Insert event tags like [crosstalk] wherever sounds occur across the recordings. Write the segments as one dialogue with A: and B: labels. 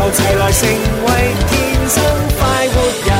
A: 成為天生快活人。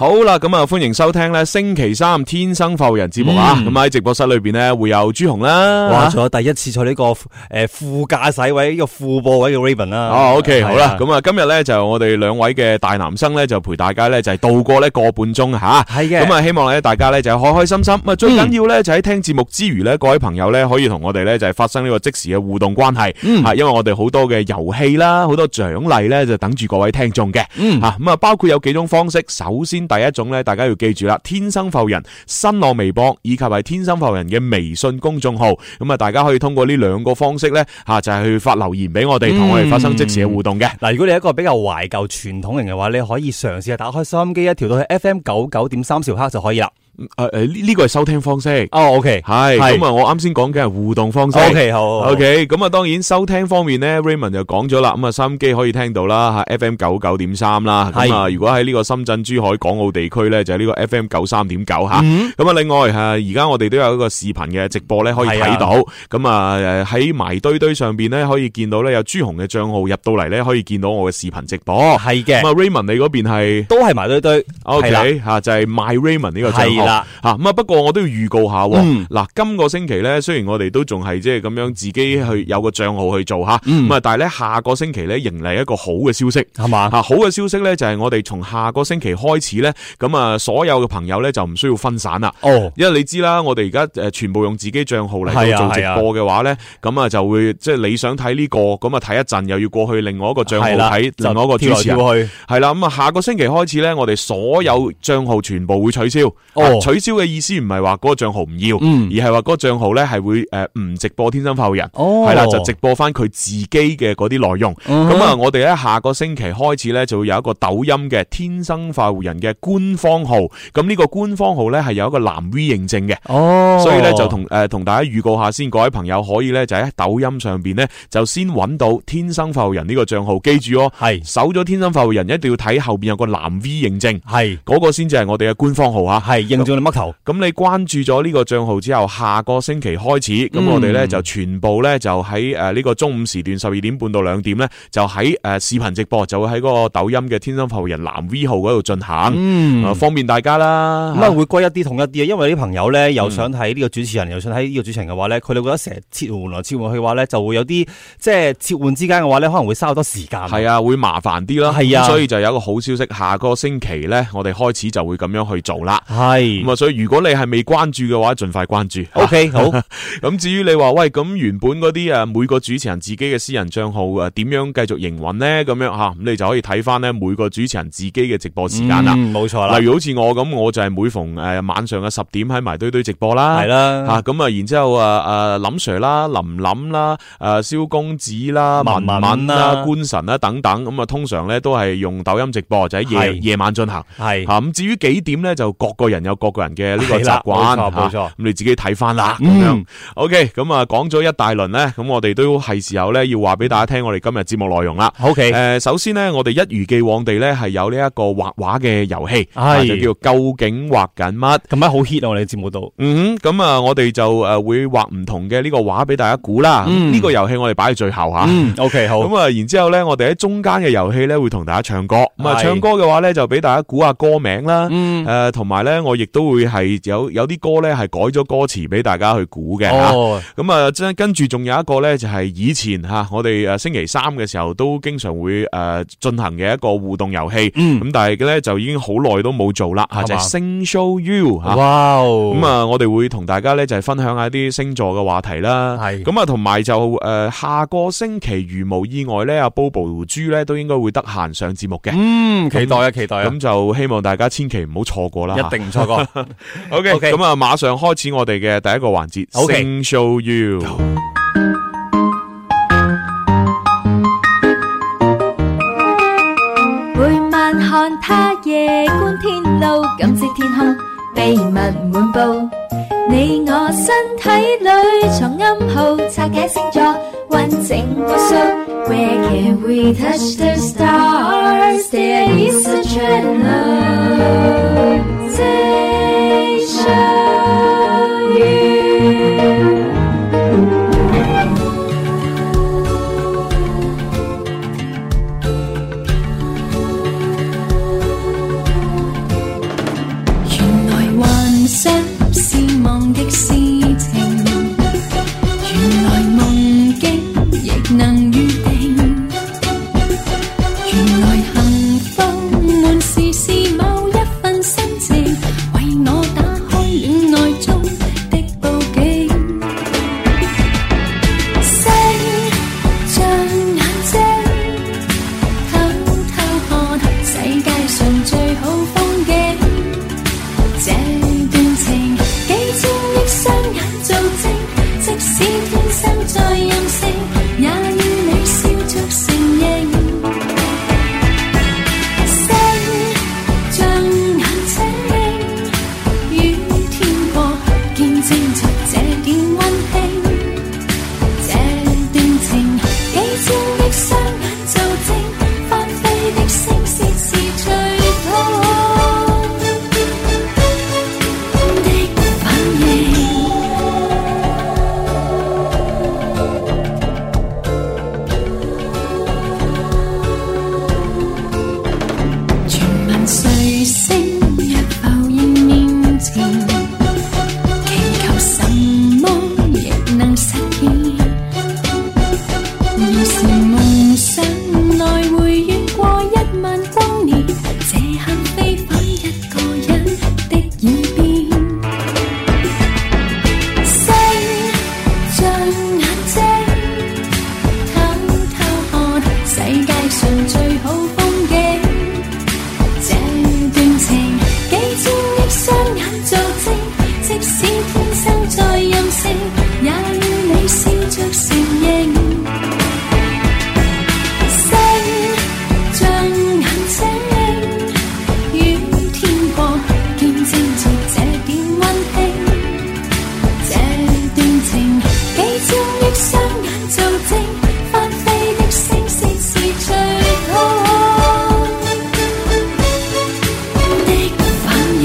B: 好啦，咁啊，欢迎收听咧星期三天生浮人节目啊！咁喺直播室里边咧会有朱红啦，
C: 嗯哇！仲有第一次坐呢個诶副駕駛位呢個副播位嘅 Raven 啦。
B: 哦，OK，好啦，
C: 係啊
B: 咁啊，今日咧就我哋兩位嘅大男生咧就陪大家咧就係度過呢個半鐘吓，
C: 係嘅嗯
B: 咁啊，希望咧大家咧就開開心心，咁啊最緊要咧就喺聽節目之餘咧，各位朋友咧可以同我哋咧就係發生呢個即時嘅互動關係，
C: 嗯
B: 吓，啊因為我哋好多嘅遊戲啦，好多獎勵咧就等住各位聽眾嘅，
C: 嗯
B: 吓咁啊，包括有幾種方式，首先第一種咧，大家要記住啦，天生浮人新浪微博以及係天生浮人嘅微信公眾號，咁啊，大家可以通過呢兩個方式咧吓就係去發留言俾我哋，同我哋發生即時嘅
C: 嗯
B: 互動嘅。
C: 嗱，如果你係一個比較懷舊傳統型嘅話，你可以嘗試下打開收音機，一調到去 FM 九九點三兆赫就可以啦。
B: 诶诶，呃呢呢个系收聽方式，係
C: 哦，OK，係
B: 咁啊，我啱先講嘅係互動方式。
C: OK，好好好
B: OK，咁啊，當然收聽方面呢 r a y m o n d 就講咗啦，咁啊，收音機可以聽到啦，吓 FM 九九點三啦，咁啊，
C: 係
B: 如果喺呢個深圳、珠海、港澳地區呢，就係呢個 FM 九三點九
C: 嗯
B: 吓，咁啊，另外吓，而家我哋都有一個視頻嘅直播呢，可以睇到，咁啊，诶喺埋堆堆上边呢，可以見到呢，有朱紅嘅帳號入到嚟呢，可以見到我嘅視頻直播，咁啊
C: 係嘅，
B: ，Raymond 你嗰邊係？
C: 都係埋堆堆。
B: O
C: 係啦
B: K 吓就係 My Raymond 呢個帳
C: 係
B: 號
C: 啦
B: 吓咁啊！不過我都要預告下喎，
C: 嗯
B: 嗱今個星期咧，雖然我哋都仲係即係咁樣自己去有個帳號去做吓，
C: 嗯
B: 咁啊，但係咧下個星期咧迎嚟一個好嘅消息。啊
C: 係嘛？
B: 吓好嘅消息咧，就係我哋從下個星期開始咧，咁啊所有嘅朋友咧就唔需要分散啦。
C: 哦，
B: 因為你知啦，我哋而家诶呃全部用自己帳號嚟
C: 係啊
B: 到做直
C: 係啊
B: 播嘅話咧，咁啊就會即係你想睇呢個，咁啊睇一陣又要過去另外一個帳號
C: 係啦，
B: 睇另外一個
C: 就跳
B: 主
C: 來
B: 持人。
C: 跳去。
B: 系啦，咁啊，下個星期開始咧，我哋所有帳號全部會取消。
C: 哦嗯
B: 啊取消嘅意思唔係話嗰個帳號唔要，而係話嗰個帳號咧係會诶呃唔直播天生發育人，
C: 哦嗯
B: 係啦、就直播翻佢自己嘅嗰啲內容。咁啊、我哋咧下個星期開始咧就會有一個抖音嘅天生發育人嘅官方號。咁呢個官方號咧係有一個藍 V 認證嘅。
C: 哦，
B: 所以咧就同诶同大家預告下先，各位朋友可以咧就喺抖音上边咧就先揾到天生發育人呢個帳號，記住哦，
C: 係
B: 搜咗天生發育人一定要睇後边有個藍 V 認證，
C: 係
B: 嗰、個先至係我哋嘅官方號吓。
C: 係認中你乜頭。
B: 咁你關注咗呢個帳號之後，下個星期開始，咁
C: 嗯
B: 我哋咧就全部咧就喺诶呢個中午時段十二點半到兩點咧，就喺诶视频直播，就會喺嗰個抖音嘅天生發育人藍 V 號嗰度進行，
C: 嗯
B: 啊方便大家啦。
C: 咁啊，會歸一啲統一啲啊，因為啲朋友咧又想睇呢個主持人，又想睇呢個主持人嘅話咧，佢哋覺得成日切換來切換去嘅話咧，就會有啲即係切換之間嘅話咧，可能會嘥好多時間。
B: 系啊，會麻煩啲啦，
C: 係啊
B: 咁所以就有一個好消息，下個星期呢，我哋開始就會咁樣去做啦。
C: 係，
B: 咁啊，所以如果你係未關注嘅話，盡快關注。[laughs]
C: O K，好，
B: 咁至於你話喂，咁原本嗰啲诶每個主持人自己嘅私人帳號诶点样继续营运呢？咁樣吓，咁你就可以睇翻呢每個主持人自己嘅直播時間啦。
C: 嗯冇錯啦
B: 例，如好似我咁，我就係每逢诶晚上嘅十點喺埋堆堆直播啦。
C: 係嗯啦，
B: 吓咁啊，然之后啊啊林 Sir 啦、林林啦、诶萧公子啦、
C: 文
B: 文
C: 文
B: 文啦、
C: 啦
B: 官神啦等等，咁啊通常咧都係用抖音直播，就喺夜
C: 係
B: 夜晚進行。
C: 係
B: 吓啊咁至於幾點咧，就各個人有各個人嘅呢個
C: 係
B: 習
C: 啦
B: 慣，
C: 冇錯冇錯
B: 嚇咁你自己睇翻啦咁
C: 嗯
B: 樣。OK，咁啊講咗一大輪咧，咁我哋都係時候咧要話俾大家聽我哋今日節目內容啦。
C: ，O K，
B: 诶，首先呢，我哋一如既往地咧係有呢一個畫畫嘅遊戲，啊
C: 係
B: 就叫究竟畫緊乜。
C: 近排好 hit 啊，我哋節目度，
B: 嗯，咁啊，我哋就诶会画唔同嘅呢个画俾大家估啦。
C: 嗯
B: 呢个游戏我哋摆喺最后吓。
C: 嗯，O K，好，
B: 咁啊，然之后咧，我哋喺中间嘅游戏咧会同大家唱歌。咁啊，
C: 係
B: 唱歌嘅话咧就俾大家估下歌名啦。
C: 嗯，
B: 诶，呃同埋咧，我亦都会系有有啲歌咧系改咗歌词俾大家去估嘅吓。
C: 哦，
B: 咁啊，真跟住仲有一個呢，就係以前吓我哋诶星期三嘅時候都經常會诶进行嘅一個互動遊戲。
C: 嗯
B: 咁但係咧就已經好耐都冇做啦，吓
C: 係嘛
B: 就係星 show you 吓。
C: 哇哦，
B: 咁啊，我哋會同大家咧就係分享下啲星座嘅話題啦。
C: 係
B: 咁啊，同埋就诶下個星期如無意外咧，阿 Bobo 豬咧都應該會得閒上節目嘅。
C: 嗯，期待啊，期待啊，
B: 咁就希望大家千祈唔好錯過啦。
C: 一定唔錯過，
B: O K，
C: OK
B: 咁啊，馬上開始我哋嘅第一個環節
C: OK
B: ，Sing Show You。
D: 每晚看他夜觀天路，感知天空秘密滿布。你我身體裏藏暗號，拆解星座完整無數。Where can we touch the stars? There is a channel. you. 任性，也要你笑着承認。星像眼睛，雨天過，見證着這點溫馨。這段情，幾千億雙眼做證，發飛的聲線是最痛的反應。全民睡醒，若浮現面前，祈求什麼亦能實現。要是夢想來回遠過一萬光年，這刻飛返一個人的耳邊。星像眼睛，偷偷看世界上最好風景。這段情，幾千億雙眼做證，即使天生再任性，也要你笑着承認。星像眼睛，雨天過，見證着這點溫馨。這段情，幾千億雙眼做證，翻飛的星線是最高。的反應，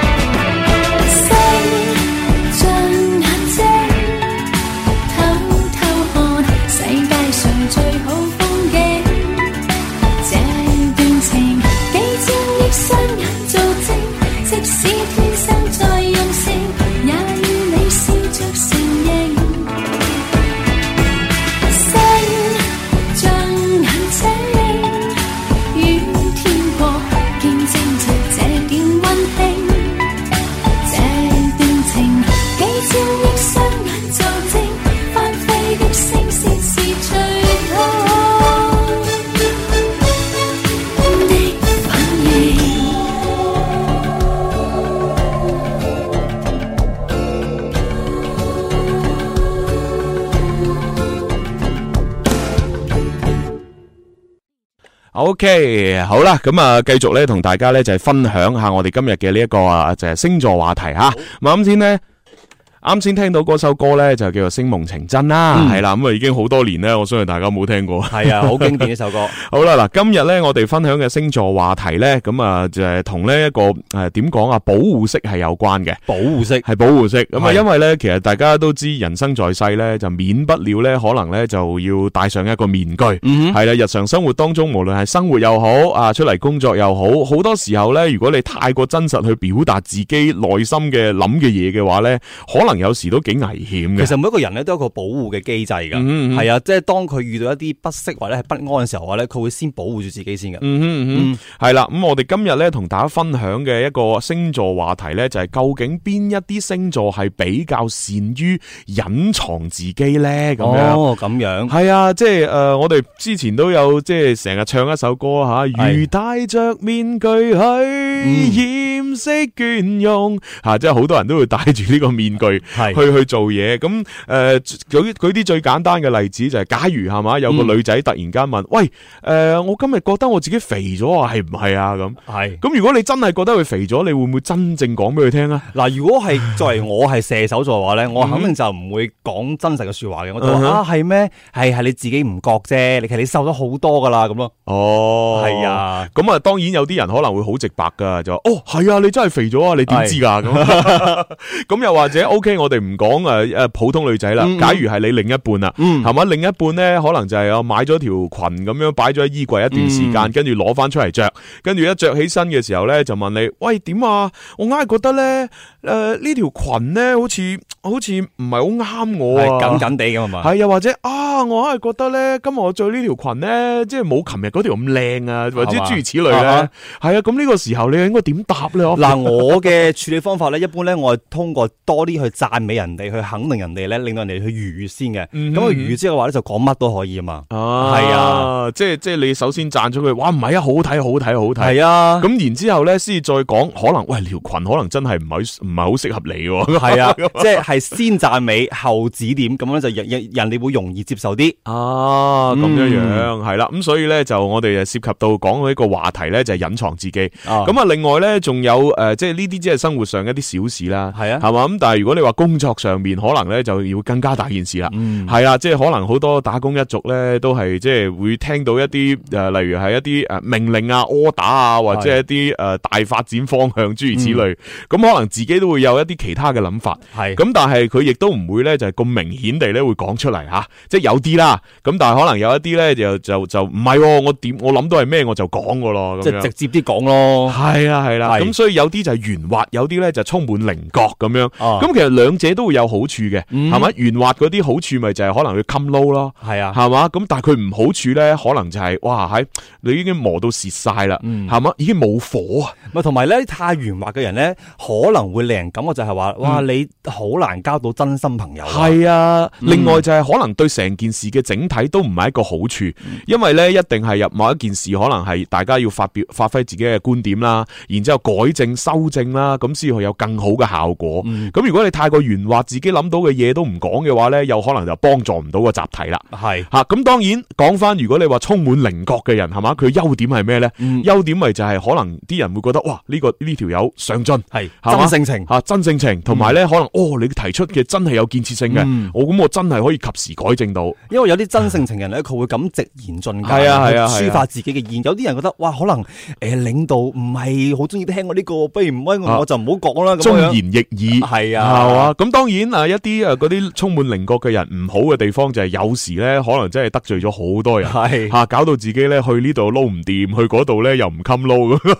D: 星像眼睛，偷偷看世界上最好風景。這段情，幾千億雙眼做證，即使天生再任性，也要你笑着承認。星像眼睛，雨天過，見證着這點溫馨。這段情，幾千億雙眼做證，翻飛的星線是最高的反應。
B: OK，好啦，咁啊，繼續咧同大家咧就係分享下我哋今日嘅呢一個啊就係星座話題吓。咁啊啱先咧。啱先聽到嗰首歌咧就叫做《星夢情真》啦，
C: 嗯
B: 係啦，咁啊已經好多年咧，我相信大家冇聽過。
C: 系啊，好經典呢首歌，
B: [laughs] 好啦，嗱，今日咧我哋分享嘅星座話題咧，咁啊就係同呢一個诶點講啊保護色係有關嘅。
C: 保護式
B: 系保護色咁啊，
C: 係
B: 因為咧，其實大家都知人生在世咧，就免不了咧，可能咧就要戴上一個面具，係啦、日常生活當中，無論係生活又好啊，出嚟工作又好，好多時候咧，如果你太過真實去表達自己內心嘅諗嘅嘢嘅話咧，可能有時都幾危險
C: 其
B: 嘅。
C: 實每一個人咧都有一個保護嘅機制㗎，
B: 嗯嗯嗯
C: 係啊，即係當佢遇到一啲不適或者係不安嘅時候嘅話咧，佢會先保護住自己先嘅。
B: 嗯哼嗯哼，係啦，咁我哋今日咧同大家分享嘅一個星座話題咧，就係究竟邊一啲星座係比較善於隱藏自己咧咁樣。
C: 哦，咁樣
B: 系啊，即系诶、呃我哋之前都有即系成日唱一首歌吓，如戴着面具去掩飾倦容吓，即係好多人都會戴住呢個面具去
C: 係
B: 去做嘢。咁诶，舉舉啲最簡單嘅例子就係，假如係嘛有個女仔突然間問：，喂，诶、我今日覺得我自己肥咗啊，係唔係啊？咁
C: 係。
B: 咁如果你真係覺得佢肥咗，你會唔會真正講俾佢聽啊？
C: 嗱，如果係作為我係射手座嘅話咧，我肯定就唔會講真實嘅说話嘅，我就
B: 嗯
C: 話
B: 哼
C: 啊係咩？係係你自己唔覺啫，你其實你瘦咗好多㗎啦咁咯。
B: 哦
C: 係啊，
B: 咁啊，當然有啲人可能會好直白噶，就話哦係啊，你真係肥咗啊，你點知㗎？咁咁 [laughs] 又或者 OK，我哋唔講誒誒普通女仔啦，假如係你另一半啦，係嘛？另一半咧可能就係我買咗條裙咁樣擺咗喺衣櫃一段時間，跟住攞翻出嚟着，跟住一着起身呃嘅時候咧就問你：喂點啊？我硬係覺得咧誒呢條裙咧好似好似唔係好啱我
C: 係
B: 啊
C: 緊。緊地咁係嘛？
B: 系又或者啊，我硬係覺得咧，今日我着呢條裙咧，即係冇琴日嗰條咁靚啊，或者
C: 係嘛
B: 諸如此類
C: 啊
B: 咧
C: 哈。
B: 係啊，咁呢個時候你應該點答咧？
C: 嗱，我嘅處理方法咧，一般咧，我係通過多啲去讚美人哋，去肯定人哋咧，令到人哋去愉悦先嘅。
B: 嗯
C: 咁啊，愉悦之後嘅話咧，就講乜都可以啊嘛。
B: 啊，
C: 係啊，
B: 即係即系你首先讚咗佢，哇，唔係啊，好睇，好睇，好睇。
C: 係啊，
B: 咁然之后咧，先至再講，可能喂條裙可能真係唔係唔系好適合你喎。
C: 係啊，即係係先讚美後指點，咁樣就人人人哋會容易接受啲。
B: [laughs] 啊，咁樣
C: 嗯
B: 樣係啦，咁所以咧就我哋就呃涉及到講呢個話題咧就係隱藏自己。
C: 啊
B: 咁啊，另外咧仲有诶，呃即係呢啲只係生活上一啲小事啦，
C: 係啊
B: 係嘛咁。但係如果你話工作上面，可能咧就要更加大件事啦。
C: 嗯
B: 係啊，即係可能好多打工一族咧，都係即係會聽到一啲诶，例如係一啲诶命令啊、order 啊，或者
C: 係嗯
B: 一啲诶大發展方向諸如此類。咁可能自己都會有一啲其他嘅諗法。
C: 係
B: 咁但係佢亦都唔會咧，就係咁明顯地咧會講出嚟吓，即係有啲啦。咁但係可能有一啲咧就就就唔係喎，我點我諗到係咩我就講噶咯
C: 即
B: 咁
C: 係
B: 樣。
C: 直接啲講咯。
B: 係啦係啦，
C: 係
B: 咁所以有啲就係圓滑，有啲咧就充滿棱角咁樣。
C: 啊嗯
B: 咁其實兩者都會有好處嘅，係咪？圓滑嗰啲好處咪就係可能佢襟撈咯。
C: 係啊，
B: 係嘛？咁但係佢唔好處咧，可能就係哇喺你已經磨到蝕晒啦，
C: 嗯
B: 係嘛？已經冇火啊！
C: 咪同埋咧太圓滑嘅人咧，可能會令人感覺就係
B: 嗯
C: 話，哇，你好難交到真心朋友啊。
B: 系啊，另外就係可能對成件事嘅整體都唔係一個好處，因為咧一定係入某一件事，可能係大家要發表發揮自己嘅觀點啦，然之后改正修正啦，咁先去有更好嘅效果。咁、如果你太過圓滑，自己諗到嘅嘢都唔講嘅話咧，有可能就幫助唔到個集體啦。
C: 係
B: 吓咁、當然講翻，如果你話充滿棱角嘅人係嘛，佢優點係咩咧？優點咪就係可能啲人會覺得哇呢、個呢條友上進。
C: 係
B: 係嘛
C: 真性情。嗯
B: 吓啊真性情，同埋咧可能哦，你提出嘅真係有建設性嘅，我咁我真係可以及時改正到。
C: 因為有啲真性情人咧，佢會咁直言進
B: 係啊係啊
C: 諫，
B: 係啊
C: 去抒發自己嘅意見。有啲人覺得哇，可能诶領導唔係好中意聽我呢個，不如唔威
B: 啊
C: 我，我就唔好講啦咁
B: 忠言
C: 樣。
B: 逆耳
C: 係
B: 係
C: 啊，
B: 嘛？咁當然啊，一啲诶嗰啲充滿棱角嘅人唔好嘅地方就係有時咧，可能真係得罪咗好多人。
C: 係
B: 吓，搞到自己咧去呢度撈唔掂，去嗰度咧又唔襟撈咁。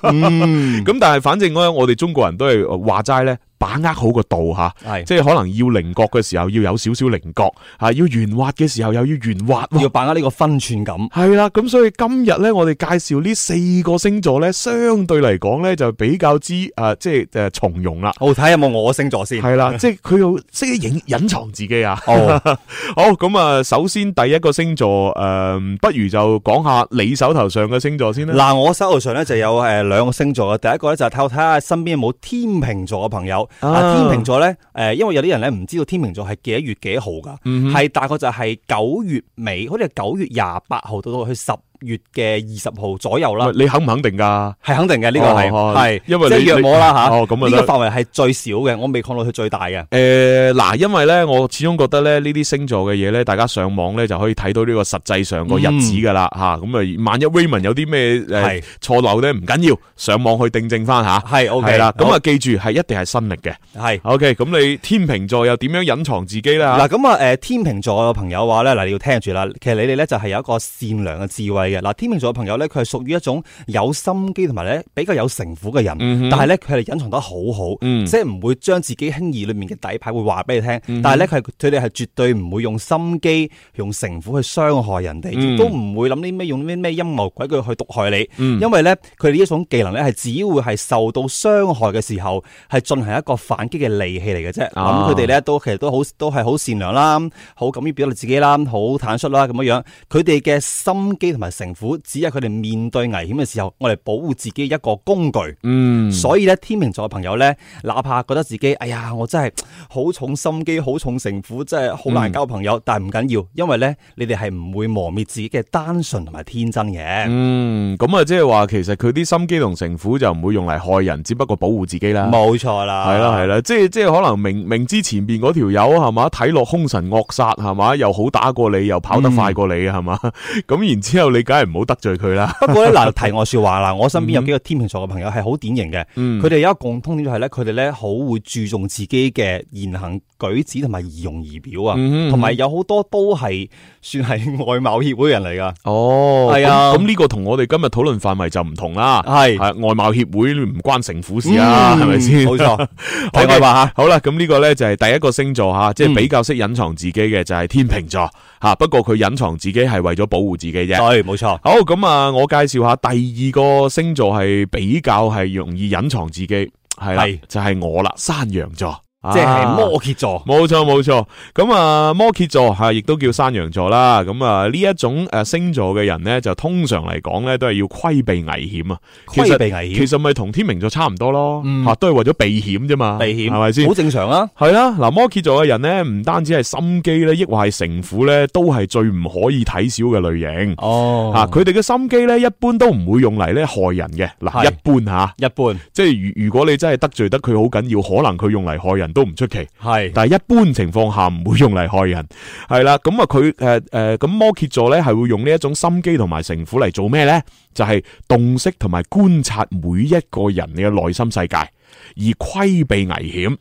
B: [laughs]
C: 嗯
B: 咁但係反正咧，我哋中國人都係話齋咧，把握好個度吓。
C: 係
B: 即係可能要棱角嘅時候要有少少棱角，吓要圓滑嘅時候又要圓滑喎。
C: 要把握呢個分寸感。
B: 系啦，咁所以今日咧，我哋介紹呢四個星座咧，相對嚟講咧就比較之诶、呃即係诶從容啦。
C: 好睇有冇我星座先。
B: 係啊啦，即係佢要識得隱隐藏自己啊。
C: 哦， [laughs]
B: 好，咁啊，首先第一個星座诶、呃不如就講下你手頭上嘅星座先啦。
C: 嗱，我手頭上咧就有诶两个星座嘅，第一個咧就係睇睇下身邊有冇天秤座嘅朋友。
B: 啊
C: 啊，天秤座咧，诶，因為有啲人咧唔知道天秤座係幾多月幾號噶，
B: 嗯
C: 係大概就係九月尾，好似係九月廿八號到到去十月嘅二十號左右啦。
B: 啊喂你肯唔肯定噶？
C: 系肯定嘅，呢個
B: 哦哦
C: 係系，
B: 因為
C: 即
B: 你你
C: 係約我啦吓，
B: 哦咁啊
C: 呢個
B: 得
C: 範圍係最少嘅，我未抗到佢最大嘅。
B: 诶，呃嗱、因為咧，我始終覺得咧呢啲星座嘅嘢咧，大家上網咧就可以睇到呢個實際上個日子噶啦吓。咁啊、萬一 Raymond 有啲咩诶
C: 係
B: 錯漏咧，唔緊要，上網去定正翻吓。
C: 係 OK
B: 係啦，咁啊，記住係一定係新歷嘅。
C: 啊系。
B: OK，咁你天秤座又點樣隱藏自己啦？
C: 嗱咁啊，诶，天秤座嘅朋友話咧，嗱你要聽住啦。其實你哋咧就係有一個善良嘅智慧嘅。嗱，天秤座嘅朋友咧，佢係屬於一種有心機同埋咧比較有城府嘅人，但係咧佢哋隱藏得好好，
B: 嗯
C: 即係唔會將自己輕易裏面嘅底牌會話俾你聽。但係咧佢係佢哋係絕對唔會用心機、用城府去傷害人哋，
B: 嗯
C: 亦都唔會諗啲咩用啲咩陰謀詭計去毒害你。
B: 嗯
C: 因為咧佢哋呢一種技能咧係只會係受到傷害嘅時候係進行一個反擊嘅利器嚟嘅啫。
B: 啊
C: 咁佢哋咧都其實都好都係好善良啦，好敢於表達自己啦，好坦率啦咁樣樣。佢哋嘅心機同埋城府，只係佢哋面對危險嘅時候，我哋保護自己一個工具。
B: 嗯，
C: 所以咧，天秤座嘅朋友咧，哪怕覺得自己，哎呀，我真係好重心機，好重城府，真係好難交朋
B: 嗯
C: 友，但係唔緊要，因為咧，你哋係唔會磨滅自己嘅單純同埋天真嘅。
B: 嗯，咁啊，即係話其實佢啲心機同城府就唔會用嚟害人，只不過保護自己啦。
C: 冇錯啦，
B: 係啦係啦，即係即系可能明明知前边嗰條友係嘛，睇落凶神惡煞係嘛，又好打過你，又跑得快過你係嘛， [laughs] 咁然之后你梗係唔好得罪佢啦。
C: 不過咧，嗱題外说話啦，我身邊
B: 嗯
C: 有幾個天秤座嘅朋友係好典型嘅，佢哋有一個共通點就係咧，佢哋咧好會注重自己嘅言行舉止同埋儀容儀表啊，
B: 嗯哼
C: 同埋、有好多都係算係外貌協會人嚟噶，
B: [laughs] 哦
C: 係啊
B: 咁咁呢個同我哋今日討論範圍就唔同啦。
C: 係
B: 係外貌協會唔關城府事啊，
C: 嗯
B: 係咪先？
C: 冇
B: [laughs]
C: 錯， [laughs]
B: 好
C: 睇
B: 嘅
C: 我話嚇。
B: 好啦，咁呢個呢就係第一個星座吓，即係
C: 嗯
B: 比較識隱藏自己嘅就係天秤座吓。不過佢隱藏自己係為咗保護自己啫。
C: 對，冇錯，
B: 好咁啊，我介紹下第二個星座係比較係容易隱藏自己，係啦
C: 係，
B: 就係我啦，山羊座，
C: 即係
B: 啊
C: 摩羯座，
B: 冇錯冇錯，咁啊摩羯座吓亦都叫山羊座啦，咁啊呢一種诶星座嘅人咧，就通常嚟講咧都係要規避危險啊，其
C: 規
B: 實
C: 避危
B: 其
C: 險，
B: 實咪同天秤座差唔多咯，吓、
C: 嗯
B: 都係為咗避險啫嘛，
C: 避險
B: 係咪先
C: 好？正常啊，
B: 係啦，嗱，摩羯座嘅人咧，唔單止係心機咧，抑或係城府咧，都係最唔可以睇小嘅類型。
C: 哦
B: 吓，佢哋嘅心機咧，一般都唔會用嚟咧害人嘅。嗱，
C: 係
B: 一般吓，
C: 一般
B: 即係如如果你真係得罪得佢好緊要，可能佢用嚟害人都唔出奇。
C: 係
B: 但系一般情況下唔會用嚟害人， [laughs] 係啦。咁啊，佢诶诶，咁、摩羯座咧係會用呢一種心機同埋城府嚟做咩咧？就係洞悉同埋觀察每一個人嘅內心世界，而規避危險。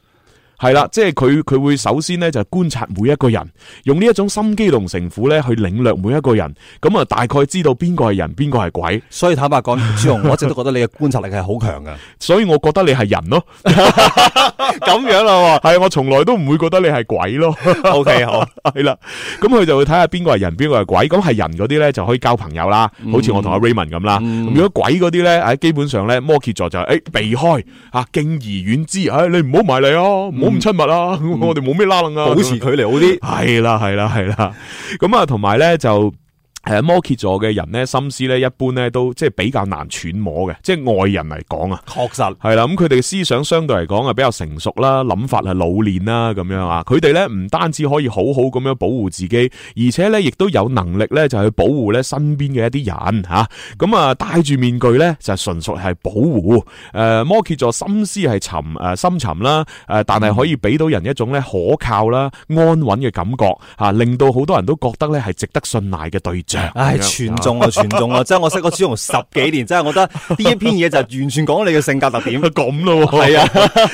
B: 係啦，即係佢佢会首先咧就觀察每一個人，用呢一種心機同城府咧去領略每一個人，咁啊大概知道邊個係人，邊個係鬼。
C: 所以坦白講，朱紅，我一直都覺得你嘅觀察力係好
B: [laughs]
C: 強噶。
B: 所以我覺得你係人咯， [laughs]
C: 咁樣啦
B: 係我從來都唔會覺得你係鬼咯。
C: ，O K
B: [laughs]
C: 好，
B: 系啦，咁佢就會睇下邊個係人，邊個係鬼。咁係人嗰啲咧就可以交朋友啦，好似我同阿 Raymond 咁啦。
C: 嗯
B: 咁如果鬼嗰啲咧，诶，基本上咧摩羯座就诶避開啊，敬而遠之。唉，你唔好埋嚟啊，唔好咁親密啊，我哋冇咩拉楞啊。
C: 嗯保持距離好啲。
B: 系啦，係啦，係啦。咁啊，同埋咧就。诶，摩羯座嘅人咧，心思咧一般咧都即係比較難揣摩嘅，即係外人嚟講啊，
C: 確實，
B: 係啦，咁佢哋嘅思想相對嚟講啊比較成熟啦，諗法係老練啦咁樣啊，佢哋咧唔單止可以好好咁樣保護自己，而且咧亦都有能力咧就去保護咧身邊嘅一啲人吓，咁啊戴住面具咧就純屬係保護。诶、摩羯座心思係沉诶、深沉啦，诶、但係可以俾到人一種咧可靠啦、安穩嘅感覺吓、令到好多人都覺得咧係值得信賴嘅對象。
C: 唉，
B: 咁樣
C: 全中啊，全中啊！即 [laughs] 係我識個朱紅十幾年，真係我覺得呢一篇嘢就完全講你嘅性格特點。
B: 咁咯喎，系啊， [laughs]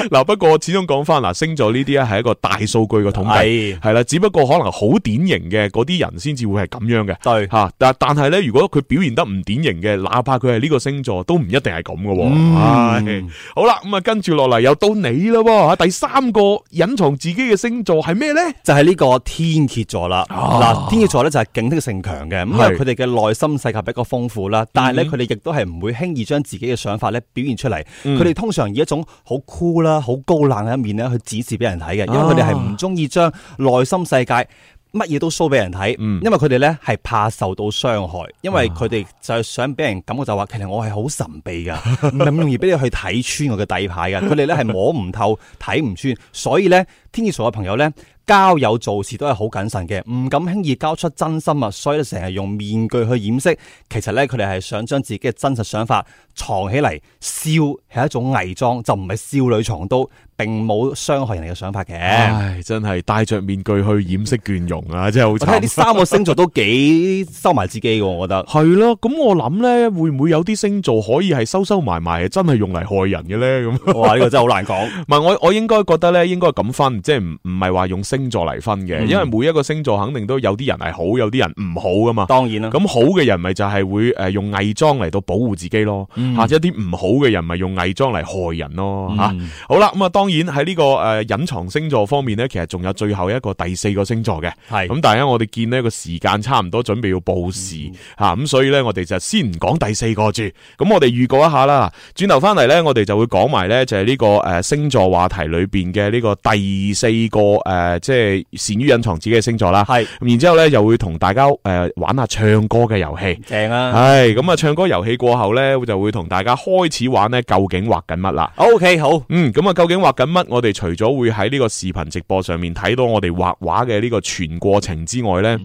B: 嗱，不過始終講翻嗱，星座呢啲咧啊係一個大數據嘅統計，
C: 係
B: 係啦，只不過可能好典型嘅嗰啲人先至會係咁樣嘅。
C: 對，
B: 吓，但但係咧，如果佢表現得唔典型嘅，哪怕佢係呢個星座，都唔一定係咁嘅喎。唉
C: 嗯，
B: 好啦，咁啊，跟住落嚟又到你啦喎，啊第三個隱藏自己嘅星座係咩咧？
C: 就係呢個天蝎座啦。嗱，天蝎座咧就係警惕性強嘅，咁因
B: 哦係嗯
C: 為佢哋嘅內心世界比較豐富啦。但係咧，佢哋亦都係唔會輕易將自己嘅想法咧表現出嚟。
B: 嗯
C: 佢哋通常以一種好酷啦、好高冷嘅一面咧去展示俾人睇嘅，因為佢哋係唔中意將內心世界。乜嘢都 show 俾人睇，
B: 嗯
C: 因為佢哋咧係怕受到傷害，因為佢哋就係想俾人感覺就話，其實我係好神秘㗎，唔係咁容易俾你去睇穿我嘅底牌㗎。佢哋咧係摸唔透、睇唔穿，所以咧天蝎座嘅朋友咧。交友做事都係好謹慎嘅，唔敢輕易交出真心啊，所以咧成日用面具去掩飾。其實咧，佢哋係想將自己嘅真實想法藏起嚟，笑係一種偽裝，就唔係少女藏刀，並冇傷害人哋嘅想法嘅。
B: 唉，真係戴着面具去掩飾倦容啊，真係好
C: 我睇下
B: 慘。
C: 呢三個星座都幾收埋自己嘅，我
B: [laughs]
C: 覺得。
B: 係咯，咁我諗咧，會唔會有啲星座可以係收收埋埋，真係用嚟害人嘅咧？咁。
C: 哇！呢、個真係好
B: [laughs]
C: 難講。
B: 唔係我我應該覺得咧，應該咁分，即係唔唔係話用星座嚟分嘅，
C: 嗯
B: 因為每一個星座肯定都有啲人係好，有啲人唔好噶嘛。
C: 當然啦，
B: 咁好嘅人咪就係會诶用偽裝嚟到保護自己咯，吓一啲唔好嘅人咪用偽裝嚟害人咯，吓、
C: 嗯
B: 好啦，咁啊當然喺呢、個个诶隐藏星座方面咧，其實仲有最後一個第四個星座嘅，
C: 係
B: 咁但係咧我哋見呢個時間差唔多，準備要報時吓，咁、所以咧我哋就先唔講第四個住，咁我哋預告一下啦，轉頭翻嚟咧我哋就會講埋咧就係呢、個个呃星座話題裏边嘅呢個第四個诶、呃即係善於隱藏自己嘅星座啦，
C: 係
B: 咁然之后咧又會同大家诶、呃玩下唱歌嘅遊戲。
C: 正啊。
B: 唉，咁啊，唱歌遊戲過後咧，就會同大家開始玩咧，究竟畫緊乜啦？
C: O、k 好，
B: 嗯，咁啊，究竟畫緊乜？我哋除
C: 嗯
B: 咗會喺呢個視頻直播上面睇到我哋畫畫嘅呢個全過程之外呢，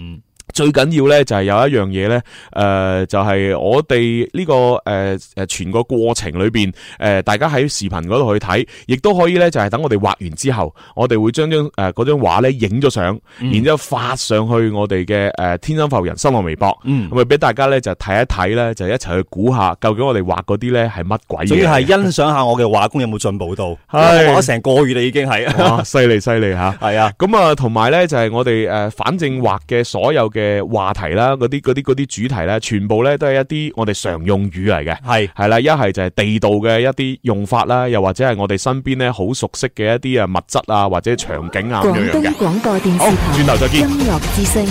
B: 最緊要咧就係有一樣嘢咧，誒、就係、我哋呢、個誒誒、全個過程裏邊，誒、呃大家喺視頻嗰度去睇，亦都可以咧就係等我哋畫完之後，我哋會將張誒嗰張畫咧影咗相，
C: 嗯
B: 然之後發上去我哋嘅誒天生浮人新浪微博，
C: 嗯
B: 咁咪啊俾大家咧就睇一睇咧，就一齊去估下究竟我哋畫嗰啲咧係乜鬼
C: 仲
B: 嘢
C: 要係欣賞下我嘅畫工有冇進步到，我
B: 係
C: 畫咗成個月啦已經
B: [laughs]
C: 係，
B: 哇，犀利犀利吓！
C: 係啊，
B: 咁啊，同埋咧就係我哋诶，反正畫嘅所有嘅話題啦，嗰啲嗰啲嗰啲主題咧，全部咧都係一啲我哋常用語嚟嘅。
C: [laughs] 係
B: 係啦，一係就係地道嘅一啲用法啦，又或者係我哋身邊咧好熟悉嘅一啲啊物質啊或者場景啊咁
E: 廣
B: 樣樣
E: 東
B: 嘅。
E: 廣播電視
B: 好轉頭
E: 台
B: 再見
E: 音樂之聲，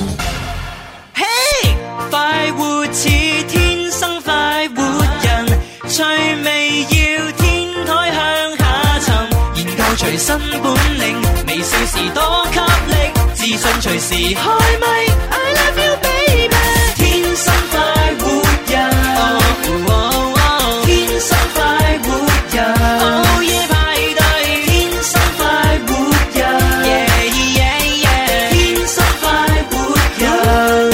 A: 快活似天生快活人，趣味要天台向下沉，研究隨身本領，微笑時多給力，自信隨時開咪。I love you baby，天生快活人，哦哦天生快活人，哦耶派對，天生快活人，yeah yeah yeah，天生快活人。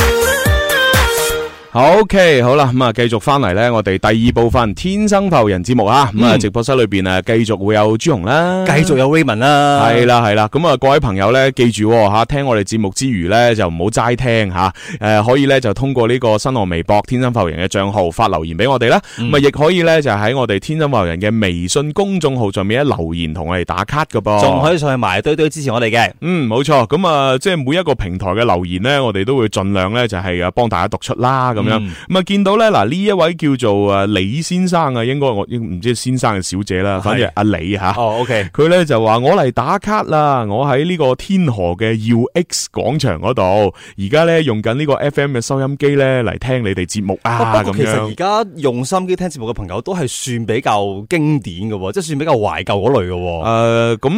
B: 好 OK，好啦，咁啊，繼續翻嚟咧，我哋第二部分《天生浮人》節目啊，咁啊，
C: 嗯
B: 直播室裏边啊，繼續會有朱紅啦，
C: 繼續有 Raymond 啦，
B: 系啦系啦，咁啊各位朋友咧，記住喎吓，聽我哋節目之餘咧，就唔好齋聽吓，诶可以咧就通過呢個新浪微博天生浮人嘅帳號發留言俾我哋啦，
C: 嗯
B: 咁啊亦可以咧就喺我哋天生浮人嘅微信公眾號上面咧留言同我哋打卡噶噃，
C: 仲可以上去埋堆堆支持我哋嘅，
B: 嗯，冇錯，咁啊，即係每一個平台嘅留言呢，我哋都會盡量呢，就係啊幫大家讀出啦，咁樣。咁
C: 嗯
B: 啊、見到呢，嗱呢一位叫做啊李先生啊，應該我唔知先生定小姐啦，反正係阿李吓。
C: 哦 OK，
B: 佢呢就話：我嚟打卡啦，我喺呢個天河嘅耀 X 廣場嗰度，而家呢，用緊呢個 FM 嘅收音機呢嚟聽你哋節目啊，
C: 不
B: 咁
C: 過其實
B: 樣
C: 而。家用心機聽節目嘅朋友都係算比較經典嘅喎，即係算比較懷舊嗰類嘅
B: 诶，
C: 喎。
B: 呃咁